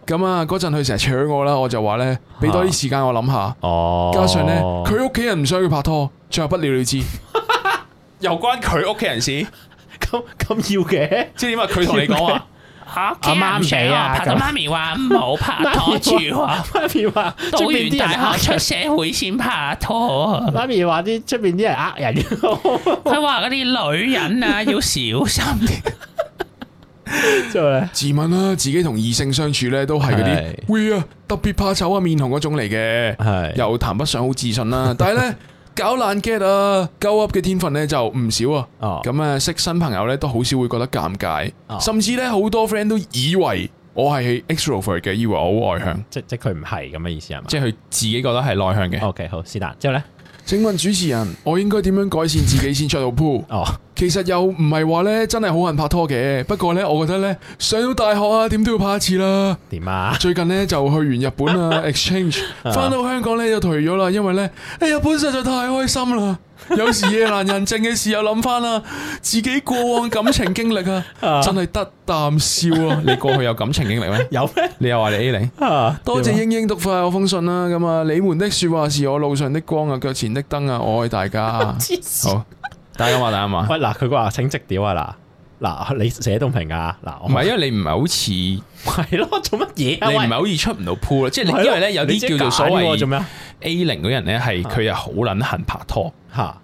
A: 咁啊，嗰陣佢成日搶我啦，我就話咧俾多啲時間我諗下。
B: 哦，
A: 加上咧，佢屋企人唔想佢拍拖，最後不了了 之。又關佢屋企人事？
B: 咁咁要嘅，
A: 即係點啊？佢同你講話，
C: 吓，
B: 阿媽唔
C: 想
B: 俾啊
C: 我拍到
B: 咁
C: 媽咪話唔好拍 拖住啊，
B: 媽咪話
C: 讀
B: 出邊
C: 完
B: 啲人
C: 大
B: 呃
C: 學出
B: 人，
C: 社會先 拍拖。
B: 媽咪話啲出邊啲人呃人，
C: 佢話嗰啲女 人啊要小心啲，
B: 之後咧，
A: 自問啦，自己同異性相處咧都係嗰啲
B: 係
A: 會啊，特別怕醜啊、面紅嗰種嚟嘅。
B: 係
A: 又談不上好自信 啦。但係咧，搞爛 get 啊，鳩噏嘅天分咧就唔少啊。啊
B: 哦
A: 咁啊，識新朋友咧都好少會覺得尷尬，
B: 哦
A: 甚至咧好多 friend 都以為我係 extrovert 嘅，以為我好外向，
B: 即即佢唔係咁嘅意思係嘛
A: 即係佢自己覺得係內向嘅。
B: ？OK，好，是但。之後咧，
A: 啊請問主持人，我應該點樣改善自己先出到鋪？
B: 哦，
A: 其實又唔係話咧真係好恨拍拖嘅，不過咧我覺得咧上到大學啊，點都要拍一次啦。
B: 點啊？
A: 最近呢，就去完日本 啊 exchange，翻到香港呢，就頹咗啦，因為呢，喺日本實在太開心 啦。有時夜難人靜嘅時候諗翻啦，自己過往感情經歷啊，真係得啖笑啊！ 你過去有感情經歷咩？
B: 有咩？
A: 你又話你 A 零？
B: 啊
A: 多謝
B: 點啊
A: 英英讀快我封信啦，咁啊，你們的說話是我路上的光啊，腳前的燈啊，我愛大家。好，大家嘛，大家嘛，
B: 喂嗱，佢話請直屌啊嗱嗱，你寫到明啊嗱，我
A: 唔係因為你唔係好似，你
B: 係咯，做乜嘢啊？
A: 唔係
B: 喂
A: 好似出唔到鋪啦，即係你因為咧有
B: 你自己
A: 啲叫做所
B: 揀喎
A: 謂
B: 做咩啊？
A: A 零嗰人咧係佢又好撚恨拍拖，
B: 嚇！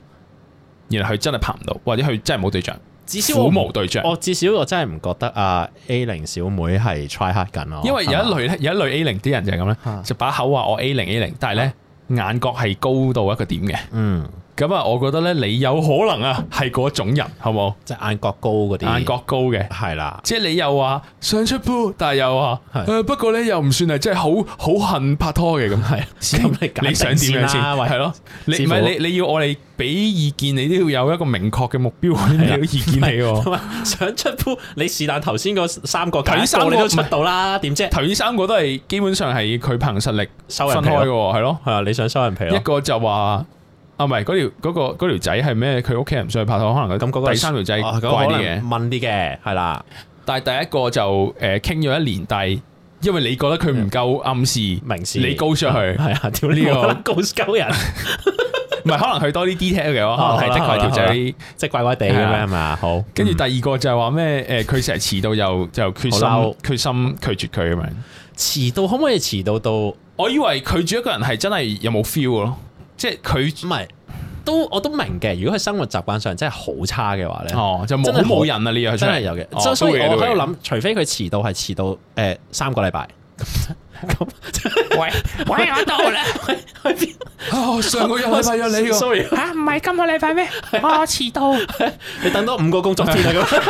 A: 然後佢真係拍唔到，或者佢真係冇對象，
B: 至少
A: 苦
B: 我
A: 無對象。
B: 我至少我真係唔覺得啊 A 零小妹哦係 try hard 緊咯，
A: 因為有一類咧，有一類 A 零啲人就係咁
B: 啊
A: 咧，就 把 口話我 A 零 A 零，但係咧眼角係高到一個點嘅。
B: 嗯，
A: 咁啊，我覺得咧你有可能啊係嗰種人，好冇？
B: 即係眼角高嗰啲，
A: 眼角高嘅。
B: 係啦，
A: 即係你又話想出鋪，但係又話
B: 係
A: 誒不過咧又唔算係真係好好恨拍拖嘅咁。係
B: 咁你 揀
A: 你想點樣
B: 定先
A: 先？
B: 啦喂
A: 係咯，你
B: 師
A: 唔
B: 傅
A: 係你你要我哋俾意見，你都要有一個明確嘅目
B: 啊
A: 標，你要意見你喎。
B: 同埋啊想出鋪，你是但頭先嗰三個揀
A: 頭
B: 一
A: 先三
B: 個
A: 個
B: 你都出到啦，點啫？
A: 頭先三個都係基本上係佢憑實力
B: 收人
A: 分
B: 皮
A: 開嘅
B: 咯，
A: 喎，係咯。
B: 係啊，你想收人皮
A: 一
B: 咯？
A: 個就話啊，唔係嗰條嗰個嗰條仔係咩？佢屋企人唔想去拍拖，可能佢
B: 咁嗰個
A: 第三條仔
B: 哦
A: 怪
B: 嗰個可
A: 啲
B: 能
A: 嘅。
B: 問啲嘅，係啦，
A: 但係第一個就誒傾咗一年，但係因為你覺得佢唔夠暗示，
B: 嗯明示嗯
A: 你高出去，
B: 啊係啊，屌呢
A: 呢個
B: 個高鳩人，
A: 唔 係可能佢多啲 detail
B: 哦
A: 嘅話，可能係的確係條仔。
B: 即係怪怪地咁
A: 係
B: 樣
A: 啊
B: 係嘛？好，嗯
A: 跟住第二個就係話咩？誒，佢成日遲到又就決心
B: 好嬲
A: 決心拒絕佢咁樣。
B: 遲到可唔可以遲到到？唔
A: 我以為拒絕一個人係真係有冇 feel 咯，即係佢
B: 係，都我都明嘅。如果佢生活習慣上真係好差嘅話咧，
A: 哦就冇
B: 真係好
A: 冇人啊呢樣
B: 真係有
A: 哦
B: 嘅。所所以
A: 都會嘅
B: 我喺
A: 都
B: 度
A: 會
B: 諗，除非佢遲到係遲到誒三個禮拜。
C: 喂喂，我到 啦！
A: 啊上個禮拜約你喎
B: sorry，
C: 吓，唔係今個禮拜咩？我遲到，
B: 你等多五個工作天啊 咁。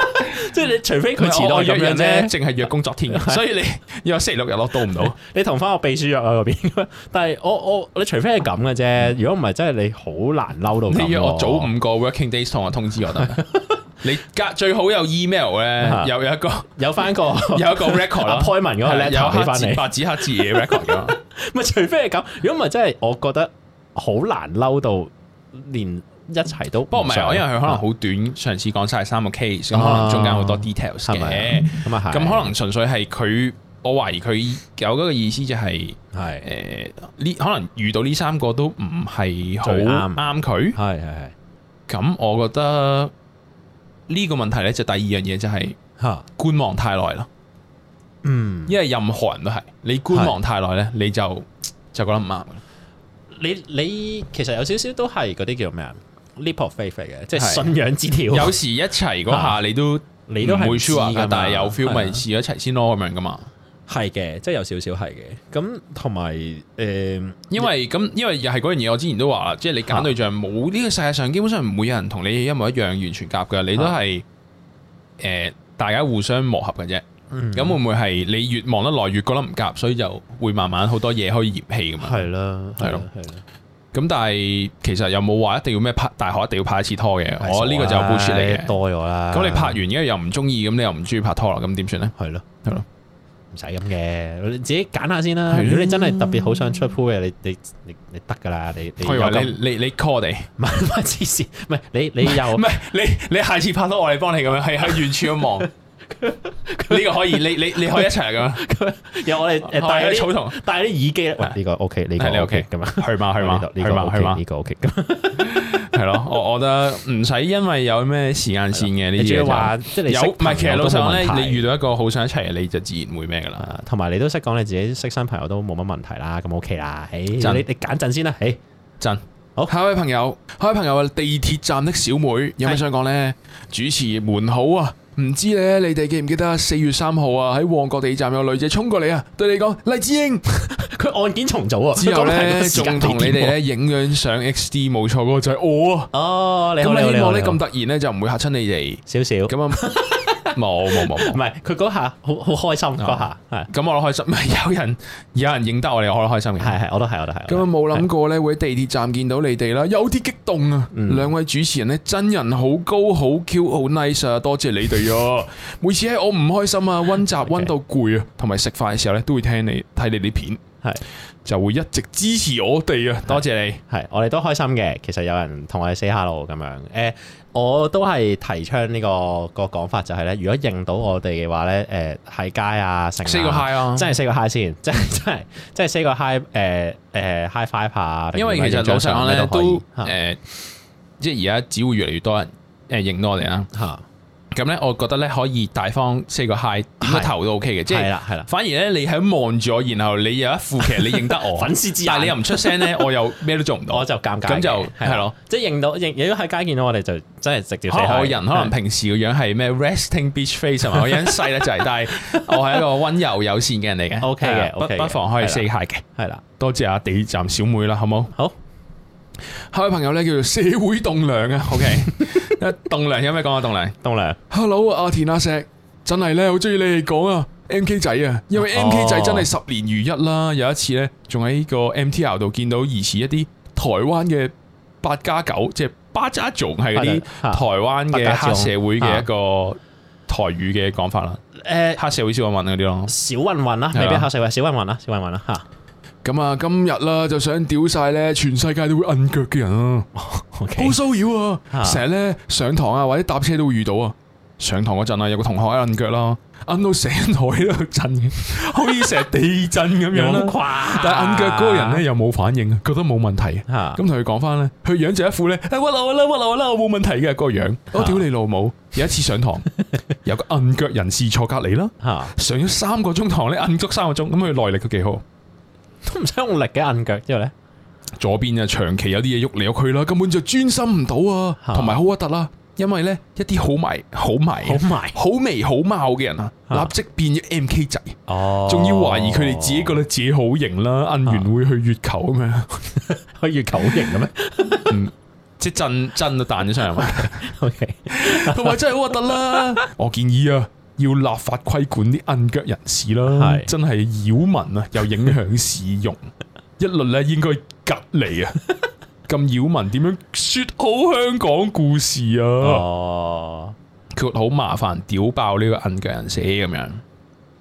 B: 即係你除非佢遲
A: 啊我
B: 到
A: 我約
B: 咁樣哦
A: 人咧，
B: 啫。
A: 淨係約工作天 嘅，所以你約星期六日我到唔到。
B: 你同翻我秘書約啊嗰邊， 但係我我你除非係咁嘅啫，如果唔係真係你好難嬲到咁喎。
A: 你約我早五個 working days 同我通知我得唔 得。你隔最好有 email 咧，有 有一個
B: 有翻個
A: 有一個 record 啦
B: appointment 嗰個
A: 係啦
B: letter
A: 有
B: 俾
A: 黑
B: 翻
A: 字
B: 你，
A: 白紙黑字嘅 record 噶嘛。
B: 咪除非係咁，如果唔係真係我覺得好難嬲到連一齊都
A: 不過唔係，
B: 想啊
A: 我因為佢可能好短，上次講晒三個 case，咁可能中間好多 details
B: 係咪
A: 嘅。
B: 咁啊係，
A: 咁可能純粹係佢，我懷疑佢有嗰個意思就係
B: 係
A: 誒呢，可能遇到呢三個都唔係好
B: 最啱
A: 啱佢。
B: 係係係
A: 咁我覺得呢個問題咧，就第二樣嘢就係
B: 嚇
A: 觀望太耐咯。
B: 嗯，
A: 因為任何人都係你觀望太耐咧，你就就覺得唔啱嘅。
B: 你你其實有少少都係嗰啲叫咩啊？leap of faith 嚟嘅，即係
A: 係
B: 信仰之條。
A: 有時一齊嗰下你都
B: 啊你都係
A: 唔會
B: 唔知
A: sure
B: 㗎
A: 噶，
B: 嘛
A: 但係有 feel 咪
B: 係啊
A: 試一齊先咯咁樣噶嘛。
B: 係嘅，即係有少少係嘅。咁同埋誒，
A: 因為咁，因為又係嗰樣嘢，我之前都話啦，即係你揀對象冇呢個世界上，基本上唔會有人同你一模一樣完全夾噶，你都係誒大家互相磨合嘅啫。
B: 嗯
A: 咁會唔會係你越望得耐越覺得唔夾，所以就會慢慢好多嘢可以嫌棄咁樣？
B: 係啦，係
A: 係咯
B: 咯，係咯。
A: 咁但係其實又冇話一定要咩拍大學一定要拍一次拖嘅，我哦呢個就
B: 唉
A: bullshit 嚟嘅。
B: 啊哎多啊咗啦。
A: 咁你拍完跟住又唔中意，咁你又唔中意拍拖啦，咁點算咧？
B: 係咯，
A: 係咯，
B: 唔使咁嘅，你自己揀下先啦。
A: 係咯
B: 如果你真係特別好想出 pool 嘅，你你你你得㗎啦，你你
A: 我以為
B: 有咁
A: 你你你 call 我哋，唔
B: 唔係唔係黐線，唔係你你又
A: 係你你下次拍拖我哋幫你咁樣，係 喺遠處咁望。呢個可以，你你你可以一齊咁 樣，
B: 又我哋誒
A: 我哋
B: 戴
A: 喺
B: 啲
A: 草叢，
B: 戴啲耳機咧，喂呢個 OK，
A: 係
B: 呢
A: 你 OK
B: 個 OK 咁啊，
A: 去嘛去嘛
B: 呢度
A: 去
B: 呢個
A: 嘛去
B: OK，
A: 嘛
B: 呢，個 OK 咁。啊
A: 係咯。我我覺得唔使因為有咩時間線嘅呢
B: 你仲
A: 啲
B: 要
A: 嘢
B: 話
A: 就。
B: 即係你
A: 有唔係，其實老實講
B: 實
A: 咧，你遇到一個好想一齊嘅，你就自然會咩噶啦。
B: 啊，同埋你都識講你自己識新朋友都冇乜問題啦，咁 OK 啦。誒，
A: 真
B: 你你揀陣先啦， 誒，
A: 真
B: 好
A: 下一位朋友，下一位朋友啊，地鐵站的小妹有咩想講呢？主持們好啊！唔知咧，你哋記唔記得四月三號啊？喺旺角地鐵站有女仔衝過嚟啊，對你講黎智英。
B: 佢案件重組啊，
A: 之後
B: 佢講係
A: 呢，
B: 個時
A: 仲
B: 間
A: 同你
B: 地
A: 哋
B: 點啊喎
A: 咧影樣相 XD，冇錯嗰個就係我啊。
B: 哦，你好，你
A: 咁
B: 好，你
A: 希
B: 好，
A: 望
B: 你
A: 咧
B: 好
A: 咁突然咧就唔會嚇親你哋。
B: 少少。
A: 咁啊，冇冇冇
B: 唔
A: 冇。
B: 係佢嗰下好好開心
A: 啊
B: 嗰下，係
A: 咁我都開心，唔 係有人有人認得我哋，我都開心嘅。
B: 係係，我都係我都係。
A: 咁啊冇諗過咧會喺地鐵站見到你哋啦，有啲激動啊！
B: 嗯
A: 兩位主持人咧真人好高好 Q 好 nice 啊，多謝你哋 啊！每次喺我唔開心啊、温習
B: OK
A: 温到攰啊，同埋食飯嘅時候咧都會聽你睇你啲片，
B: 係
A: 就會一直支持我哋啊！多謝你，
B: 係，我哋都開心嘅。其實有人同我哋 say hello 咁樣，誒，我都係提倡呢個個講法就係咧，如果認到我哋嘅話咧，誒喺街啊，成
A: say 個 hi 啊！
B: 真係 say 個 hi 先， 真係真係真係 say 個 hi，誒誒 hi five 啊下。
A: 因為其實老實講咧都
B: 誒
A: 誒，即係而家只會越嚟越多人誒認到我哋啊啦。
B: 嚇，
A: 咁咧，我覺得咧可以大方 say 個 hi，點個
B: 係
A: 頭都 OK 嘅，即
B: 係
A: 係。
B: 啦係啦，
A: 反而咧，你喺望住我，然後你有一副其實你認得 我
B: 粉絲之
A: 但係你又
B: 眼，
A: 唔出聲 咧，我又咩都做唔到。
B: 我就尷尬嘅。
A: 咁就
B: 啦
A: 係咯，
B: 即係認到認，如果喺街見到我哋就真係直接
A: 可
B: say hi。
A: 能我人可能平時個樣係咩 resting beach face 同埋我樣細咧就係，但係我係一個温柔友善嘅人嚟嘅。
B: OK 嘅
A: 係啊不
B: OK 嘅
A: 不妨可以
B: 係啦
A: say hi 嘅。
B: 係啦，
A: 多謝阿地站小妹啦，好冇？
B: 好。
A: 下位朋友咧叫做社會棟梁啊，OK。一 棟梁有咩講啊？棟梁
B: 東亮。
A: ，Hello 啊阿田阿石，真係咧好中意你哋講啊。M K 仔啊，因為
B: 哦
A: M K 仔真係十年如一啦。有一次咧，仲喺個 M T R 度見到疑似一啲台灣嘅八加九，即係巴渣仲係嗰啲
B: 嚇
A: 台灣
B: 八
A: 嘅
B: 加
A: 黑
B: 種
A: 社會嘅
B: 嚇
A: 一個台語嘅講法啦，
B: 誒
A: 黑社會小混混嗰啲咯。
B: 小混混啦，
A: 係啊
B: 未必考四位，小混混啦，小混混啦嚇。
A: 咁啊，今日啦就想屌晒咧，全世界都會摁腳嘅人啊！
B: OK，
A: 好騷擾啊！
B: 啊
A: 成日咧上堂啊或者搭車都會遇到啊。上堂嗰陣啊，有個同學喺摁腳啦，摁到成台喺度震嘅，好似成日地震咁樣
B: 有冇咁
A: 啦。
B: 誇
A: 但係摁腳嗰個人咧又冇反應，覺得冇問題。
B: 嚇
A: 咁同佢講翻咧，佢樣就一副咧，哎屈我啦，屈我啦，我冇問題嘅嗰個樣。我屌你老母！有一次上堂，有個摁腳人士坐隔離啦，
B: 嚇
A: 上咗三個鐘堂咧，摁足三個鐘，咁佢耐力都幾好。
B: 都唔使用力嘅摁腳之後咧，
A: 左邊啊，長期有啲嘢喐嚟喐去啦，根本就專心唔到啊，
B: 嚇
A: 同埋好核突啦。因為咧一啲好埋好埋
B: 好埋
A: 好眉好貌嘅人啊，
B: 嚇
A: 立即變咗 M K 仔，
B: 哦
A: 仲要懷疑佢哋自己覺得自己好型啦，摁完會去月球咁樣，
B: 去月球好型嘅咩
A: 即係震震都彈咗上嚟嘛。
B: ？OK，
A: 同埋真係好核突啦！ 我建議啊，要立法規管啲摁腳人士啦，
B: 係
A: 真係擾民啊，又影響市容，一律咧應該隔離啊！咁擾民點樣説好香港故事啊？
B: 哦，
A: 佢好麻煩，屌爆呢個摁腳人士咁樣。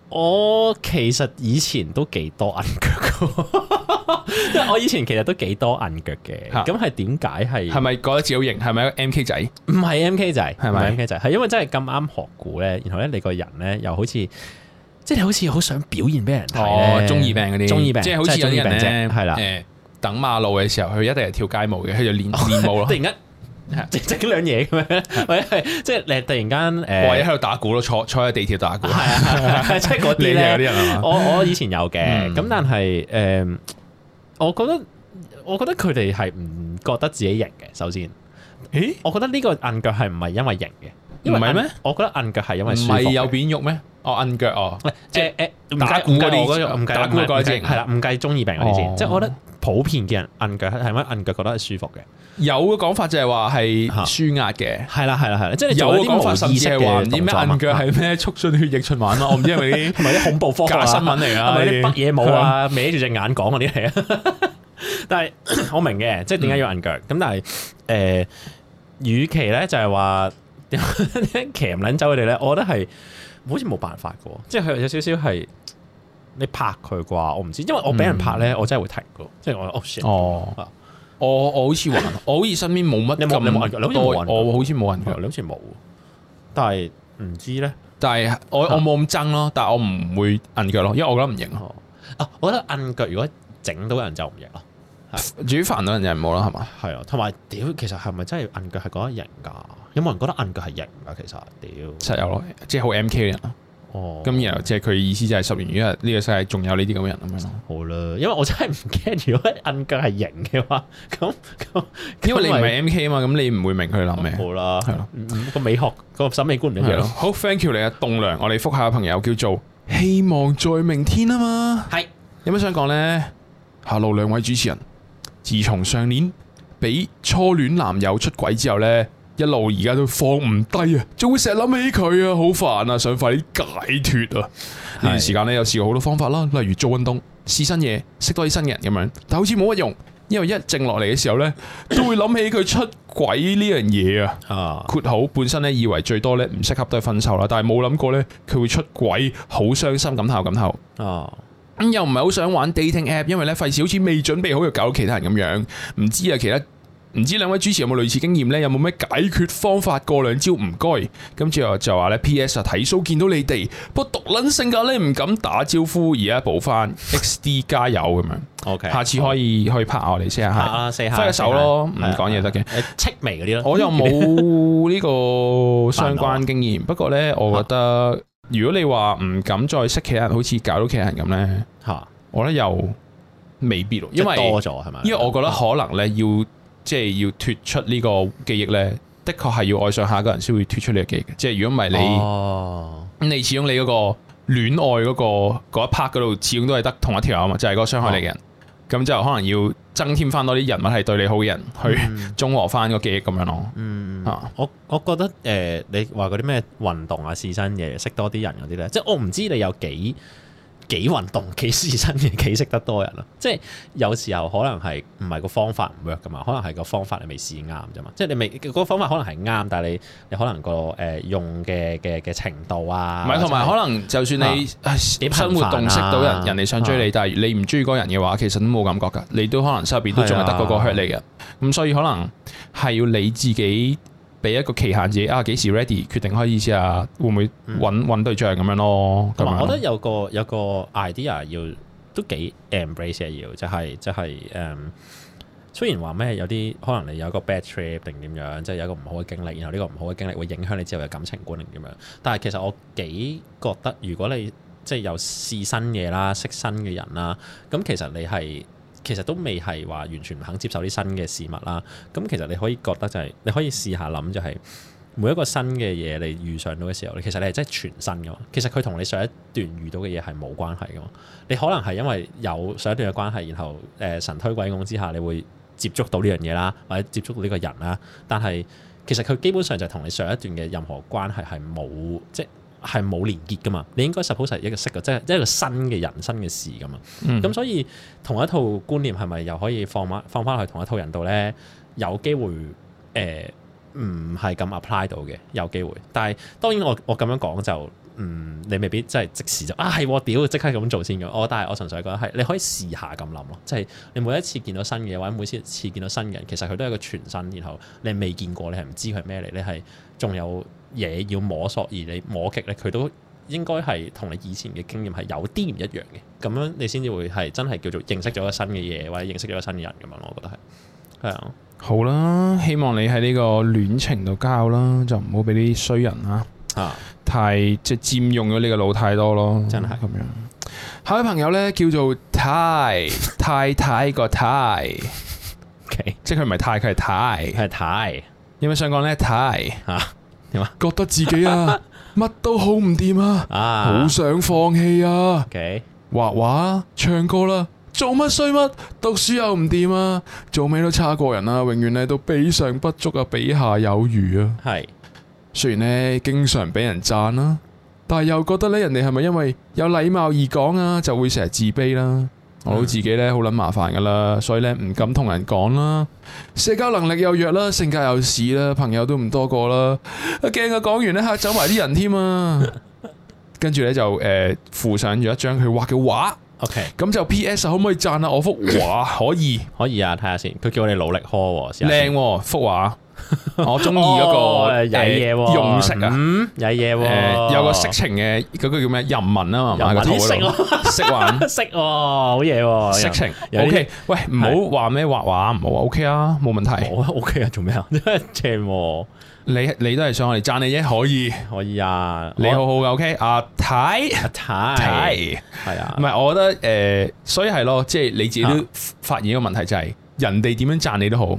B: 我其實以前都幾多摁腳嘅， 因為我以前其實都幾多摁腳嘅。
A: 嚇
B: 咁係點解係？
A: 係咪覺得自己好型？係咪一個 M K 仔？
B: 唔係 M K 仔，
A: 係
B: 係
A: 咪
B: 咪 M K 仔？係因為真係咁啱學鼓咧，然後咧你個人咧又好似，即係你好似好想表現俾人睇
A: 哦
B: 咧，，
A: 中二病嗰啲，
B: 中二病，
A: 即係好似有啲人咧，
B: 係啦，
A: 誒等馬路嘅時候，佢一定係跳街舞嘅，佢就練練舞咯
B: 突，然間 整整兩嘢咁樣，或者係即係你突然間
A: 或者喺
B: 誒，
A: 度打鼓咯，坐坐喺地鐵打鼓。
B: 係啊係啊，係啊即係嗰
A: 你
B: 啲
A: 哋嗰啲
B: 咧，
A: 人係嘛？
B: 我我以前有嘅，
A: 嗯
B: 咁但係誒，我覺得我覺得佢哋係唔覺得自己型嘅，首先。
A: 咦？
B: 我覺得呢個摁腳係唔係因為型嘅，因為
A: 唔係咩
B: 摁？我覺得摁腳係因
A: 唔
B: 為舒服嗯
A: 係
B: 嘅
A: 有扁肉咩？哦，摁腳哦，
B: 喂，
A: 即
B: 誒誒，唔
A: 打
B: 計
A: 鼓嗰啲
B: 唔計我嗰種唔計
A: 打鼓嗰啲
B: 唔計
A: 先
B: 係啦，唔計中二病嗰啲
A: 哦
B: 先，即係我覺得普遍嘅人摁腳係咪摁腳覺得係舒服嘅？
A: 有嘅講法就係話
B: 嚇
A: 係舒壓嘅。
B: 係啦係啦係啦，即係你
A: 有
B: 做
A: 嘅
B: 一啲
A: 講法
B: 無
A: 甚
B: 意
A: 至
B: 識
A: 係話
B: 嘅
A: 唔知咩摁
B: 啊
A: 腳係咩促進血液循環咯，啊我唔知 係咪啲
B: 同埋啲恐怖科學
A: 假
B: 啊
A: 新聞嚟
B: 係
A: 㗎？
B: 咪
A: 呢
B: 啲
A: 啲
B: 北野武？啊，歪住隻眼講嗰啲嚟啊？ 但係 我明嘅，即係點解要摁腳？咁但係誒，與其咧就係話 騎唔撚走佢哋咧，我覺得係好似冇辦法嘅喎，即係佢有少少係你拍佢啩，我唔知，因為我俾人拍咧，我真係會停嘅，即係我嗯哦 shit，
A: 哦，我我好似還，我好似身邊冇乜
B: 你有冇你有冇摁腳你好
A: 咁
B: 似
A: 多，
B: 冇摁腳嗯
A: 我好似冇摁
B: 係
A: 腳，
B: 你好似冇，但係唔知咧。
A: 但係我
B: 嚇
A: 我冇咁憎咯，但係我唔會摁腳咯，因為我覺得唔型咯，
B: 哦，啊，我覺得摁腳如果整到人就唔型咯，嗯
A: 至於煩到人就唔好啦，係嘛？
B: 係啊，同埋屌，其實係咪真係摁腳係覺得型㗎？有冇人覺得摁腳係型㗎？其實屌，
A: 實有咯，即係好 M K 嘅人咯。
B: 哦，
A: 咁然後即係佢意思就係十年如一日呢個世界仲有呢啲咁嘅人咁樣咯。
B: 好啦，因為我真係唔驚，如果摁腳係型嘅話， 咁咁，
A: 因為你唔係
B: 咁
A: M K 啊嘛，咁你唔會明佢諗
B: 咪
A: 咩。
B: 好啦，
A: 係咯
B: 嗯，嗯個美學個審美觀唔一
A: 係
B: 樣
A: 咯，
B: 咯，
A: 好 thank you 你啊，棟梁，我哋覆下朋友叫做希望在明天啊嘛。
B: 係
A: 有咩想講呢？下路兩位主持人，自從上年俾初戀男友出軌之後呢，一路而家都放唔低啊，仲會成日諗起佢啊，好煩啊，想快啲解脱啊！呢段時間呢，有試過好多方法啦，例如做運動、試新嘢、識多啲新嘅人咁樣，但好似冇乜用，因為一靜落嚟嘅時候呢，都會諗起佢出軌呢樣嘢啊。
B: 啊，
A: 括好本身咧以為最多咧唔適合都係分手啦，但係冇諗過咧佢會出軌，好傷心咁頭咁頭。
B: 啊，
A: 咁嗯又唔係好想玩 dating app，因為咧費事好似未準備好就搞到其他人咁樣。唔知啊，其他唔知兩位主持有冇類似經驗呢？有冇咩解決方法？過兩招唔該。咁之後就話咧，P.S. 啊睇 show 見到你哋，不過獨撚性格咧唔敢打招呼，而家補翻 X.D 加油咁樣。
B: ，OK，
A: 下次可以去拍我哋先
B: 拍
A: 啊，
B: 啊，四下
A: 揮個手咯，唔
B: 四下
A: 講嘢得嘅。
B: 係啊誒戚眉嗰啲咯，
A: 我又 冇呢個相關經驗，不過呢，我覺
B: 啊
A: 得如果你話唔敢再識其他人，好似搞到其他人咁呢，
B: 嚇，
A: 我覺得又未必咯，因
B: 即係
A: 為
B: 多咗係咪？
A: 因為我覺得可能呢，要即係要脱出呢個記憶呢，的確係要愛上下一個人先會脱出呢個記憶嘅，即係如果唔係你，
B: 哦，
A: 你始終你嗰個戀愛嗰、個嗰一 part 嗰度，始終都係得同一條友啊嘛，就係、嗰個傷害你
B: 哦
A: 嘅人，咁、就可能要增添翻多啲人物係對你好嘅人去
B: 嗯
A: 中和翻個記憶咁樣咯，
B: 嗯。
A: 啊。
B: 我我覺得誒、呃你話嗰啲咩運動啊、試新嘢、識多啲人嗰啲咧，即係我唔知你有幾幾運動、幾試新嘢、幾識得多人啊。即係有時候可能係唔係個方法唔 work 噶嘛，可能係個方法你未試啱啫嘛。即係你未嗰、個方法可能係啱，但係你你可能個誒、呃用嘅嘅嘅程度啊，
A: 唔係，同埋
B: 或
A: 可
B: 者
A: 能就算你唉
B: 幾頻
A: 生活洞識到
B: 繁
A: 人，
B: 啊
A: 人哋想追你，但係你唔中意嗰個人嘅話，其實都冇感覺㗎，啊你都可能心入邊都仲係得嗰個
B: 係啊
A: hurt 你嘅，咁所以可能係要你自己俾一個期限自己啊，幾時 ready 決定開始啊，會唔會揾揾對象咁樣咯？咁啊
B: 同埋我覺得
A: 樣
B: 有個有個 idea 要都幾 embrace 嘅要，就係、就係、誒。雖然話咩有啲可能你有一個 bad trip 定點樣，即係有一個唔好嘅經歷，然後呢個唔好嘅經歷會影響你之後嘅感情觀定點樣。但係其實我幾覺得，如果你即係有試新嘢啦、識新嘅人啦，咁其實你係其實都未係話完全唔肯接受啲新嘅事物啦。咁其實你可以覺得就係、你可以試下諗就係、每一個新嘅嘢你遇上到嘅時候，你其實你係真係全新噶嘛。其實佢同你上一段遇到嘅嘢係冇關係噶嘛。你可能係因為有上一段嘅關係，然後誒、呃神推鬼拱之下，你會接觸到呢樣嘢啦，或者接觸到呢個人啦。但係其實佢基本上就係同你上一段嘅任何關係係冇即係冇連結噶嘛。你應該 suppose 係一個識嘅，即係一個新嘅人、新嘅事噶嘛。
A: 嗯
B: 咁、所以同一套觀念係咪又可以放翻放翻去同一套人度咧？有機會呃誒唔係咁 apply 到嘅，有機會。但係當然我我咁樣講就嗯，你未必真係即時就啊係喎屌即刻咁做先嘅。我但係我純粹覺得係你可以試下咁諗咯，即係你每一次見到新嘅或者每一次見到新嘅人，其實佢都係一個全新，然後你未見過，你係唔知佢係咩嚟，你係仲有嘢要摸索，而你摸極咧佢都。應該係同你以前嘅經驗係有啲唔一樣嘅，咁樣你先至會係真係叫做認識咗一個新嘅嘢，或者認識咗一個新嘅人咁樣咯。我覺得係係啊，
A: 好啦，希望你喺呢個戀情度交啦，就唔好俾啲衰人啊，
B: 啊
A: 太即係佔用咗你個腦太多咯，
B: 真係
A: 咁樣。下一位朋友呢，叫做泰太太個太，
B: ，OK，
A: 即係佢唔係太，佢係太。
B: 係太
A: 有咩想講呢？太
B: 嚇點啊？
A: 覺得自己啊 乜都好唔掂啊，
B: 啊
A: 好想放棄啊！
B: ，OK，
A: 畫畫、唱歌啦，做乜衰乜，讀書又唔掂啊，做咩都差過人啊，永遠咧都比上不足啊，比下有餘啊。
B: 係
A: 雖然呢經常俾人讚啦，但係又覺得呢人哋係咪因為有禮貌而講啊，就會成日自卑啦。我老自己呢好撚麻煩噶啦，所以呢唔敢同人講啦。社交能力又弱啦，性格又屎啦，朋友都唔多個啦。啊驚啊，講完呢嚇走埋啲人添啊！跟住呢就誒、呃附上咗一張佢畫嘅畫。
B: OK，
A: 咁就 P.S. 可唔可以讚下啊我幅畫？可以，
B: 可以啊，睇下先。佢叫我哋努力呵喎，試下
A: 靚
B: 先
A: 喎幅畫，我中意嗰
B: 哦
A: 個
B: 誒有嘢
A: 呃
B: 喎，
A: 用色啊，
B: 嗯，有
A: 誒
B: 嘢喎，
A: 呃有個色情嘅嗰個叫咩人文啊嘛，
B: 人
A: 係
B: 文
A: 咪個肚
B: 色
A: 嗰 度色玩
B: 色喎，好嘢喎，
A: 色情。
B: 有啲
A: O.K. 喂，唔好話咩畫畫，唔好話 O.K. 啊，冇問題。
B: 我 OK 啊，做咩啊？ 真係正喎，
A: 你你都係想我哋讚你啫，可以，
B: 可以啊，
A: 你好好嘅 O.K. 啊，睇
B: 我太
A: 睇，
B: 係啊
A: 唔，係我覺得誒，所以係咯，即係你自己
B: 啊
A: 都發現一個問題就係人哋點樣讚你都好，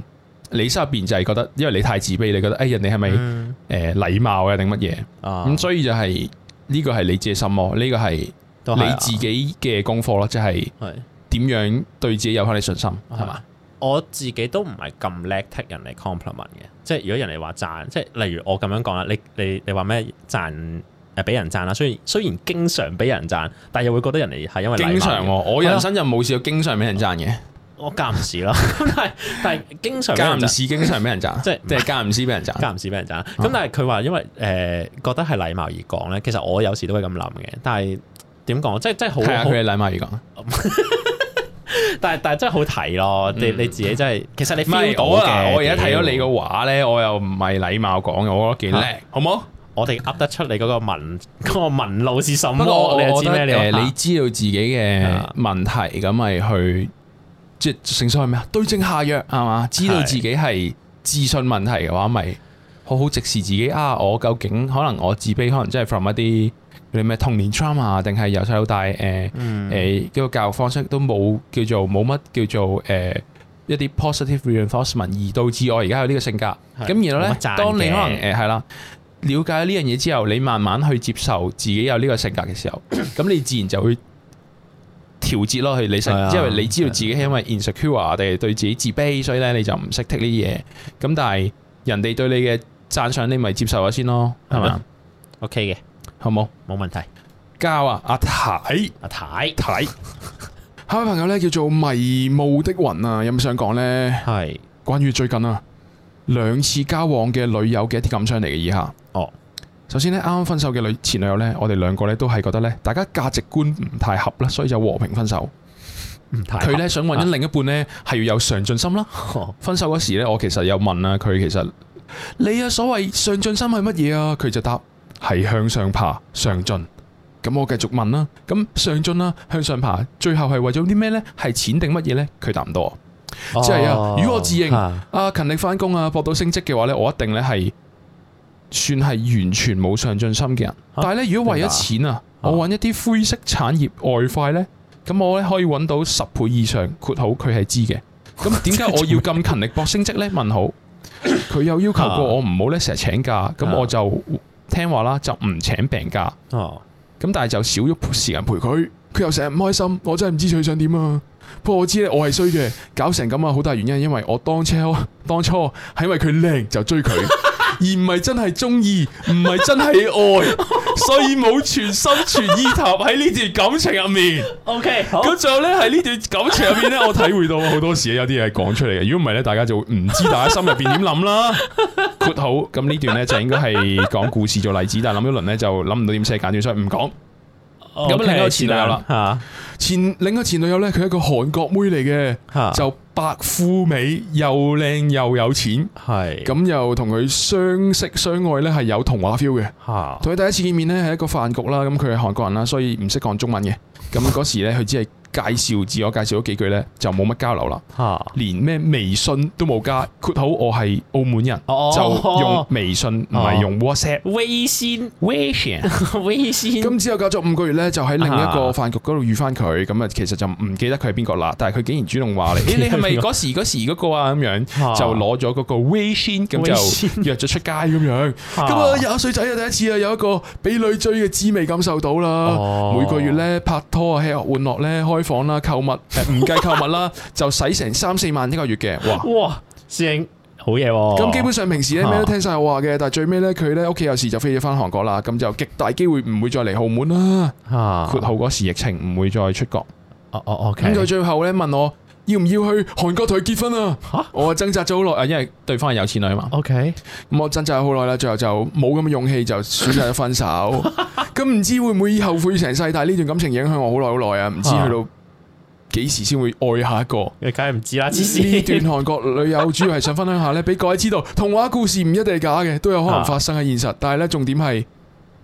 A: 你心入邊就係覺得，因為你太自卑，你覺得誒哎人哋係咪？
B: 嗯
A: 誒禮貌啊定乜嘢，咁、
B: 啊，
A: 所以就係、呢、個係你自己心魔，呢、個係你
B: 都係啊
A: 自己嘅功課咯，即係
B: 係。
A: 點樣對自己有翻啲信心，
B: 啊
A: 係嘛？
B: 我自己都唔係咁叻 take 人哋 compliment 嘅，即係如果人哋話讚，即係例如我咁樣講啦，你你你話咩讚誒俾人讚啦，雖然雖然經常俾人讚，但係又會覺得人哋係因為禮貌嘅
A: 經常我我人生就冇試過經常俾人讚嘅，
B: 我間唔時啦，咁 但係但係經常俾人
A: 間唔
B: 讚。
A: 時經啊常俾人讚，
B: 即係
A: 即係間唔時俾人讚，
B: 間唔時俾人讚，咁但係佢話因為誒、呃、覺得係禮貌而講咧，其實我有時都會咁諗嘅，但係點講，啊即係即係好
A: 睇下
B: 好
A: 啊佢嘅禮貌而講。
B: 但係但係真係好睇咯，你你自己真係其實你
A: 嗯唔
B: feel
A: 係
B: 到
A: 我啊，
B: 嘅
A: 我而家睇咗你個
B: 屌
A: 畫咧，我又唔係禮貌講嘅，我覺得幾
B: 嚇
A: 叻，好冇？
B: 我哋噏得出你嗰個文 嗰個文路是什
A: 不
B: 麼？
A: 過我我
B: 你又知
A: 覺
B: 咩
A: 得
B: 料？
A: 誒，你知道自己嘅
B: 啊
A: 問題，咁咪去即係正所謂咩啊？對症下藥係嘛？知道
B: 係
A: 自己係自信問題嘅話，咪好好直視自己啊！我究竟可能我自卑，可能真係 from 一啲嗰啲咩童年 trauma，定啊係由細到大呃誒
B: 嗯
A: 誒嗰個教育方式都冇叫做呃冇乜叫做誒。呃一啲 positive reinforcement 而導致我而家有呢個性格，咁然
B: 係
A: 後
B: 冇
A: 呢
B: 乜，讚
A: 當你
B: 嘅
A: 可能誒呃係啦，了解呢樣嘢之後，你慢慢去接受自己有呢個性格嘅時 候，咁你自然就會調節咯。去你
B: 係啊
A: 成，因為你知道自己係因為 insecure 啊定係對自己自卑，所以咧你就唔識剔呢啲嘢。咁但係人哋對你嘅讚賞，你咪接受咗先咯，係
B: 係
A: 咪
B: 咯？OK 嘅，
A: 好冇
B: 冇問題。
A: 交啊，阿太。
B: 阿太
A: 睇，下位朋友咧叫做迷霧的雲啊，有冇想講呢？
B: 係
A: 關於最近啊兩次交往嘅女友嘅一啲感想嚟嘅以下。
B: 哦，
A: 首先呢，啱啱分手嘅女前女友呢，我哋兩個呢都係覺得呢，大家價值觀唔太合啦，所以就和平分手。
B: 唔嗯太啊
A: 佢呢想揾咗另一半呢，係要有上進心啦。
B: 哦
A: 分手嗰時呢，我其實有問啊，佢其實你啊所謂上進心係乜嘢啊？佢就答係向上爬，上進。咁我繼續問啦，咁上進啦，向上爬，最後係為咗啲咩呢？係錢定乜嘢呢？佢答唔到我。即係啊如果我自認
B: 啊
A: 啊，勤力翻工啊，搏到升職嘅話呢，我一定呢係算係完全冇上進心嘅人。但係呢，如果為咗錢啊，
B: 真
A: 我
B: 㗎
A: 揾一啲灰色產業外快呢，咁我呢可以揾到十倍以上，括號佢係知嘅。咁點解我要咁勤力搏升職呢？問號，佢有要求過我唔好呢成日請假，咁
B: 啊
A: 我就聽話啦，就唔請病假。
B: 哦，
A: 咁但係就少咗時間陪佢，佢又成日唔開心，我真係唔知佢想點啊！不過我知咧，我係衰嘅，搞成咁啊，好大原因係因為我當初 當初係因為佢靚就追佢， 而唔係真係中意，唔係真係愛，所以冇全心全意投入喺呢段感情入面。
B: OK，好
A: 咁最後咧喺呢段感情入面咧，我體會到好多時有啲嘢講出嚟嘅。如果唔係咧，大家就會唔知大家心入邊點諗啦。括好咁呢段咧就應該係講故事做例子，但係諗一輪咧就諗唔到點寫簡短，所以唔講。
B: 哦
A: 咁另一個哦前女友啦
B: 啦，
A: 前另一個前女友咧，佢係一個韓國妹嚟嘅，
B: 吓
A: 就白富美又靚又有錢，
B: 係
A: 咁又同佢相識相愛咧係有童話 feel 嘅。
B: 吓
A: 同佢第一次見面咧係一個飯局啦，咁佢係韓國人啦，所以唔識講中文嘅。咁嗰時咧佢只係介紹自我介紹咗幾句咧，就冇乜交流啦。
B: 吓
A: 連咩微信都冇加，括好我係澳門人，
B: 哦
A: 就用微信唔係用 WhatsApp。
B: 微信，微信，微信，
A: 咁之後隔咗五個月咧，就喺另一
B: 啊
A: 個飯局嗰度遇翻佢，咁啊其實就唔記得佢係邊個啦，但係佢竟然主動 話你，咦你係咪嗰時嗰時嗰個啊咁樣，
B: 啊
A: 就攞咗嗰個微信咁
B: 微信
A: 就約咗出街咁 樣，咁啊廿歲仔啊第一次啊有一個俾女追嘅滋味感受到啦
B: 哦，
A: 每個月咧拍拖啊吃喝玩樂咧開房啦購物，誒唔計購物啦， 就使成三四萬一個月嘅，哇！
B: 哇，師兄好嘢喎，
A: 咁基本上平時咧
B: 啊
A: 咩都聽晒我話嘅，但係最尾咧佢咧屋企有事就飛咗翻韓國啦，咁就極大機會唔會再嚟澳門啦。
B: 吓
A: 括號嗰時疫情唔會再出國。
B: 哦哦，OK，
A: 啊咁佢最後咧問我要唔要去韓國同佢結婚啊
B: 嚇？
A: 我掙扎咗好耐，啊因為對方係有錢女啊嘛。
B: OK，
A: 咁我掙扎咗好耐啦，最後就冇咁嘅勇氣就選擇咗分 手。咁唔知會唔會後悔成世？但係呢段感情影響我好耐好耐啊，唔知
B: 啊
A: 去到幾時先會愛下一個。
B: 你梗係唔知啦，黐
A: 呢段
B: 線，
A: 韓國女友主要係想分享下咧，俾各位知道童話故事唔一定係假嘅，都有可能發生喺現實。但係咧重點係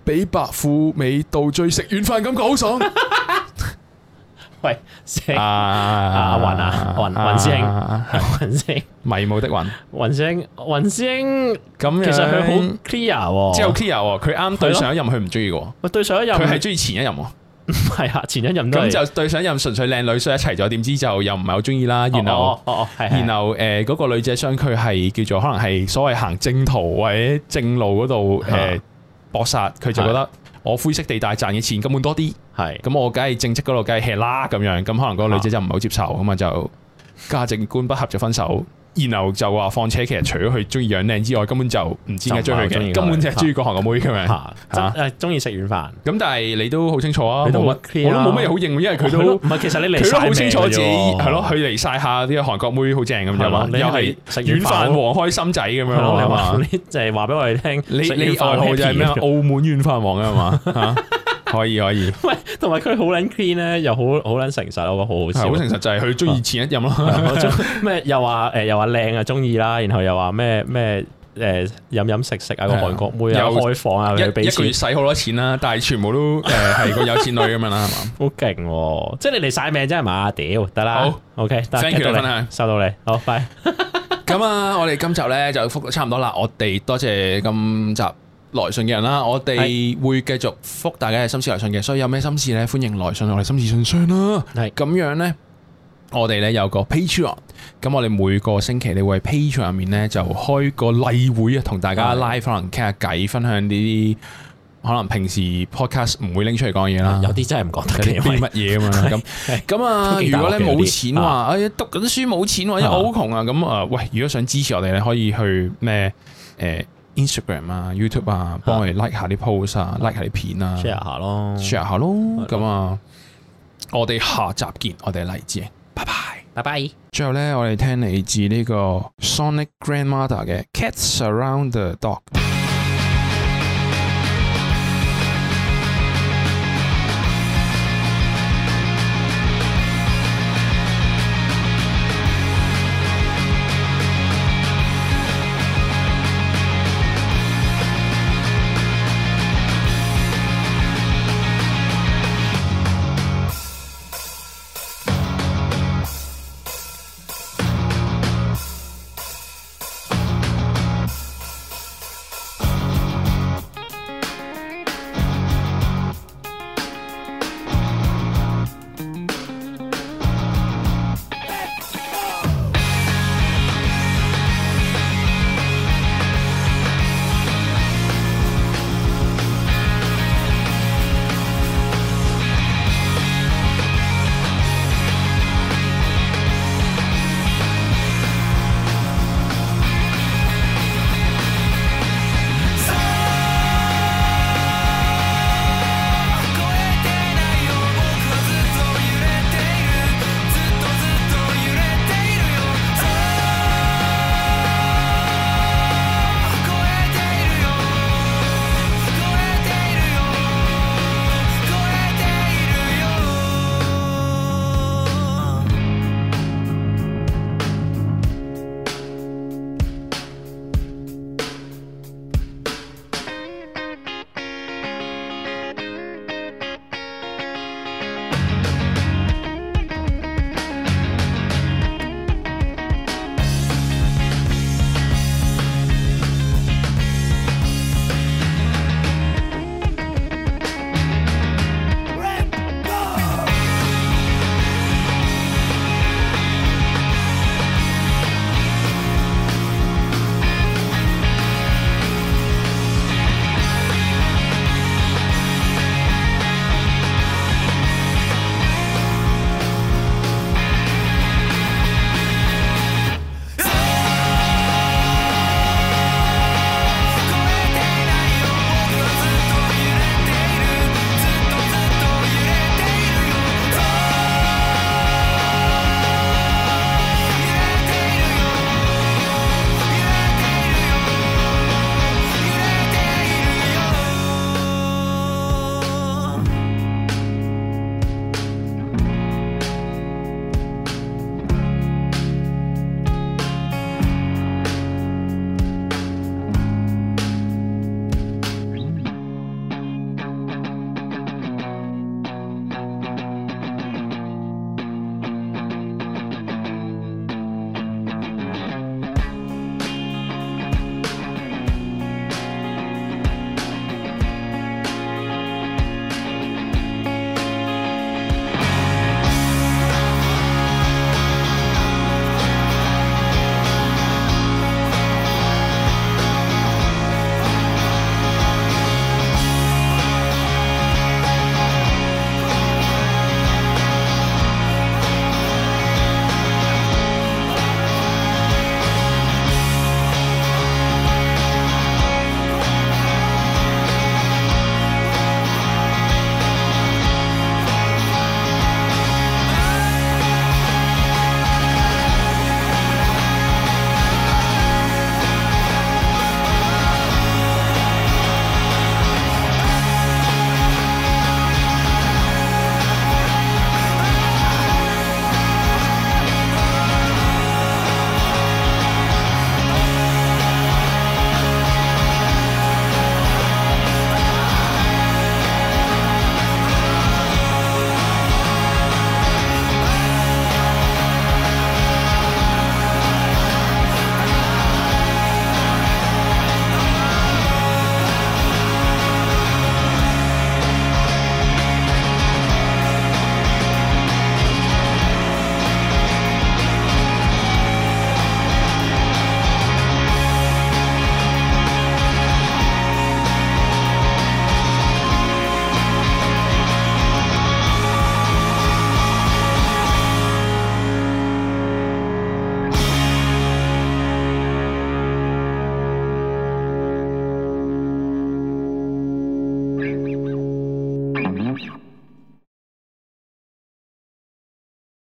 A: 俾白富美到追食軟飯，感覺好爽。
B: 喂，
A: 啊
B: 師兄，阿雲啊雲雲師兄
A: 兄，
B: 雲星，
A: 迷霧的雲。
B: 雲星，雲星，
A: 咁
B: 其實佢好
A: 樣
B: clear 喎，
A: 啊即係好 clear 喎，佢啱對上一任佢唔中意嘅喎，
B: 喂對上一任
A: 佢係中意前一任喎。
B: 係啊，前一任都
A: 咁
B: 係
A: 就對上一任純粹靚女，所以一齊咗，點知就又唔係好中意啦。然後
B: 哦哦哦，係，係
A: 然後誒嗰個女仔相距係叫做可能係所謂行正途或者正路嗰度誒
B: 啊
A: 搏殺，佢就覺得我灰色地帶賺嘅錢根本多啲，
B: 係
A: 咁我梗係正職嗰度梗係 hea 啦咁樣，咁可能嗰個女仔就唔係好接受，咁啊就價值觀不合就分手。然後就話況且其實除咗佢中意養靚之外，根本就唔知點解追佢
B: 就唔係好鍾
A: 嘅，
B: 意佢
A: 根本就係中意個韓國妹咁樣。
B: 嚇，真
A: 嚇
B: 誒中意食軟飯。
A: 咁但係你都好清楚啊，
B: 你都
A: 冇
B: 好
A: 乜
B: clear
A: 我
B: 啊
A: 都冇乜嘢好認，因為佢
B: 係咯
A: 都
B: 唔係，其實你嚟
A: 佢都
B: 晒
A: 好
B: 命
A: 清楚自己
B: 嘅啫喎
A: 係咯，佢嚟晒下啲韓國妹好正咁樣
B: 係
A: 嘛
B: 咯，你
A: 又係
B: 係食
A: 軟
B: 軟
A: 飯
B: 飯
A: 王開心仔咁樣
B: 係咯，
A: 啊
B: 你話
A: 嘛。
B: 你就係話俾我哋聽，
A: 你
B: 食
A: 你
B: 軟飯
A: 愛好就係咩啊？
B: 好 happy
A: 澳門軟飯王啊嘛， 嚇可以可以，
B: 喂，同埋佢好撚 clean 咧，又好好撚誠實，我覺
A: 係
B: 得好
A: 好
B: 好 笑。
A: 誠實就係佢中意前一 任咯。
B: 實，咩又話誒又話靚啊，中意啦，然後又話咩咩誒飲飲食食啊，個
A: 係啊
B: 韓國妹啊，
A: 又
B: 開房啊，
A: 一
B: 佢俾
A: 一個月
B: 錢，
A: 使好多錢啦，但係全部 都誒係個有錢女咁樣啦，係嘛？
B: 好勁喎！即係你嚟晒命真係嘛？屌得啦
A: 好
B: ，OK，得
A: Thank you，
B: 收到你
A: 分享
B: 收到你，好拜。
A: 咁啊，我哋今集咧就覆到差唔多啦。我哋多謝今集來信嘅人啦，我哋會繼續覆大家嘅心事來信嘅，所以有咩心事咧，歡迎來信我哋心事信箱啦。
B: 係
A: 咁樣咧，我哋咧有個 Patreon，咁我哋每個星期你會喺 Patreon 入面咧就開個例會啊，同大家
B: 係
A: live 可能傾下偈，分享呢啲可能平時 podcast 唔會拎出嚟講嘅嘢啦。
B: 有啲真係唔講得嘅，
A: 有
B: 因
A: 啲
B: 為
A: 乜嘢 咁樣咁
B: 係
A: 咁啊？
B: 都幾
A: 如
B: 大
A: 果咧
B: 鑊嘅有
A: 冇
B: 啲
A: 錢話，哎呀讀緊書冇錢或者
B: 啊
A: 我好窮啊咁啊，喂！如果想支持我哋咧，可以去咩誒 Instagram 啊、YouTube 啊，幫我哋 like 下啲 post 啊、like 下啲片啊、
B: share 下咯，
A: share 下咯。咁啊，我哋下集見，我哋黎智，拜拜。
B: 拜拜。
A: 最後咧，我哋聽嚟自呢個 Sonic Grandmother 嘅《Cats Around the Dog》。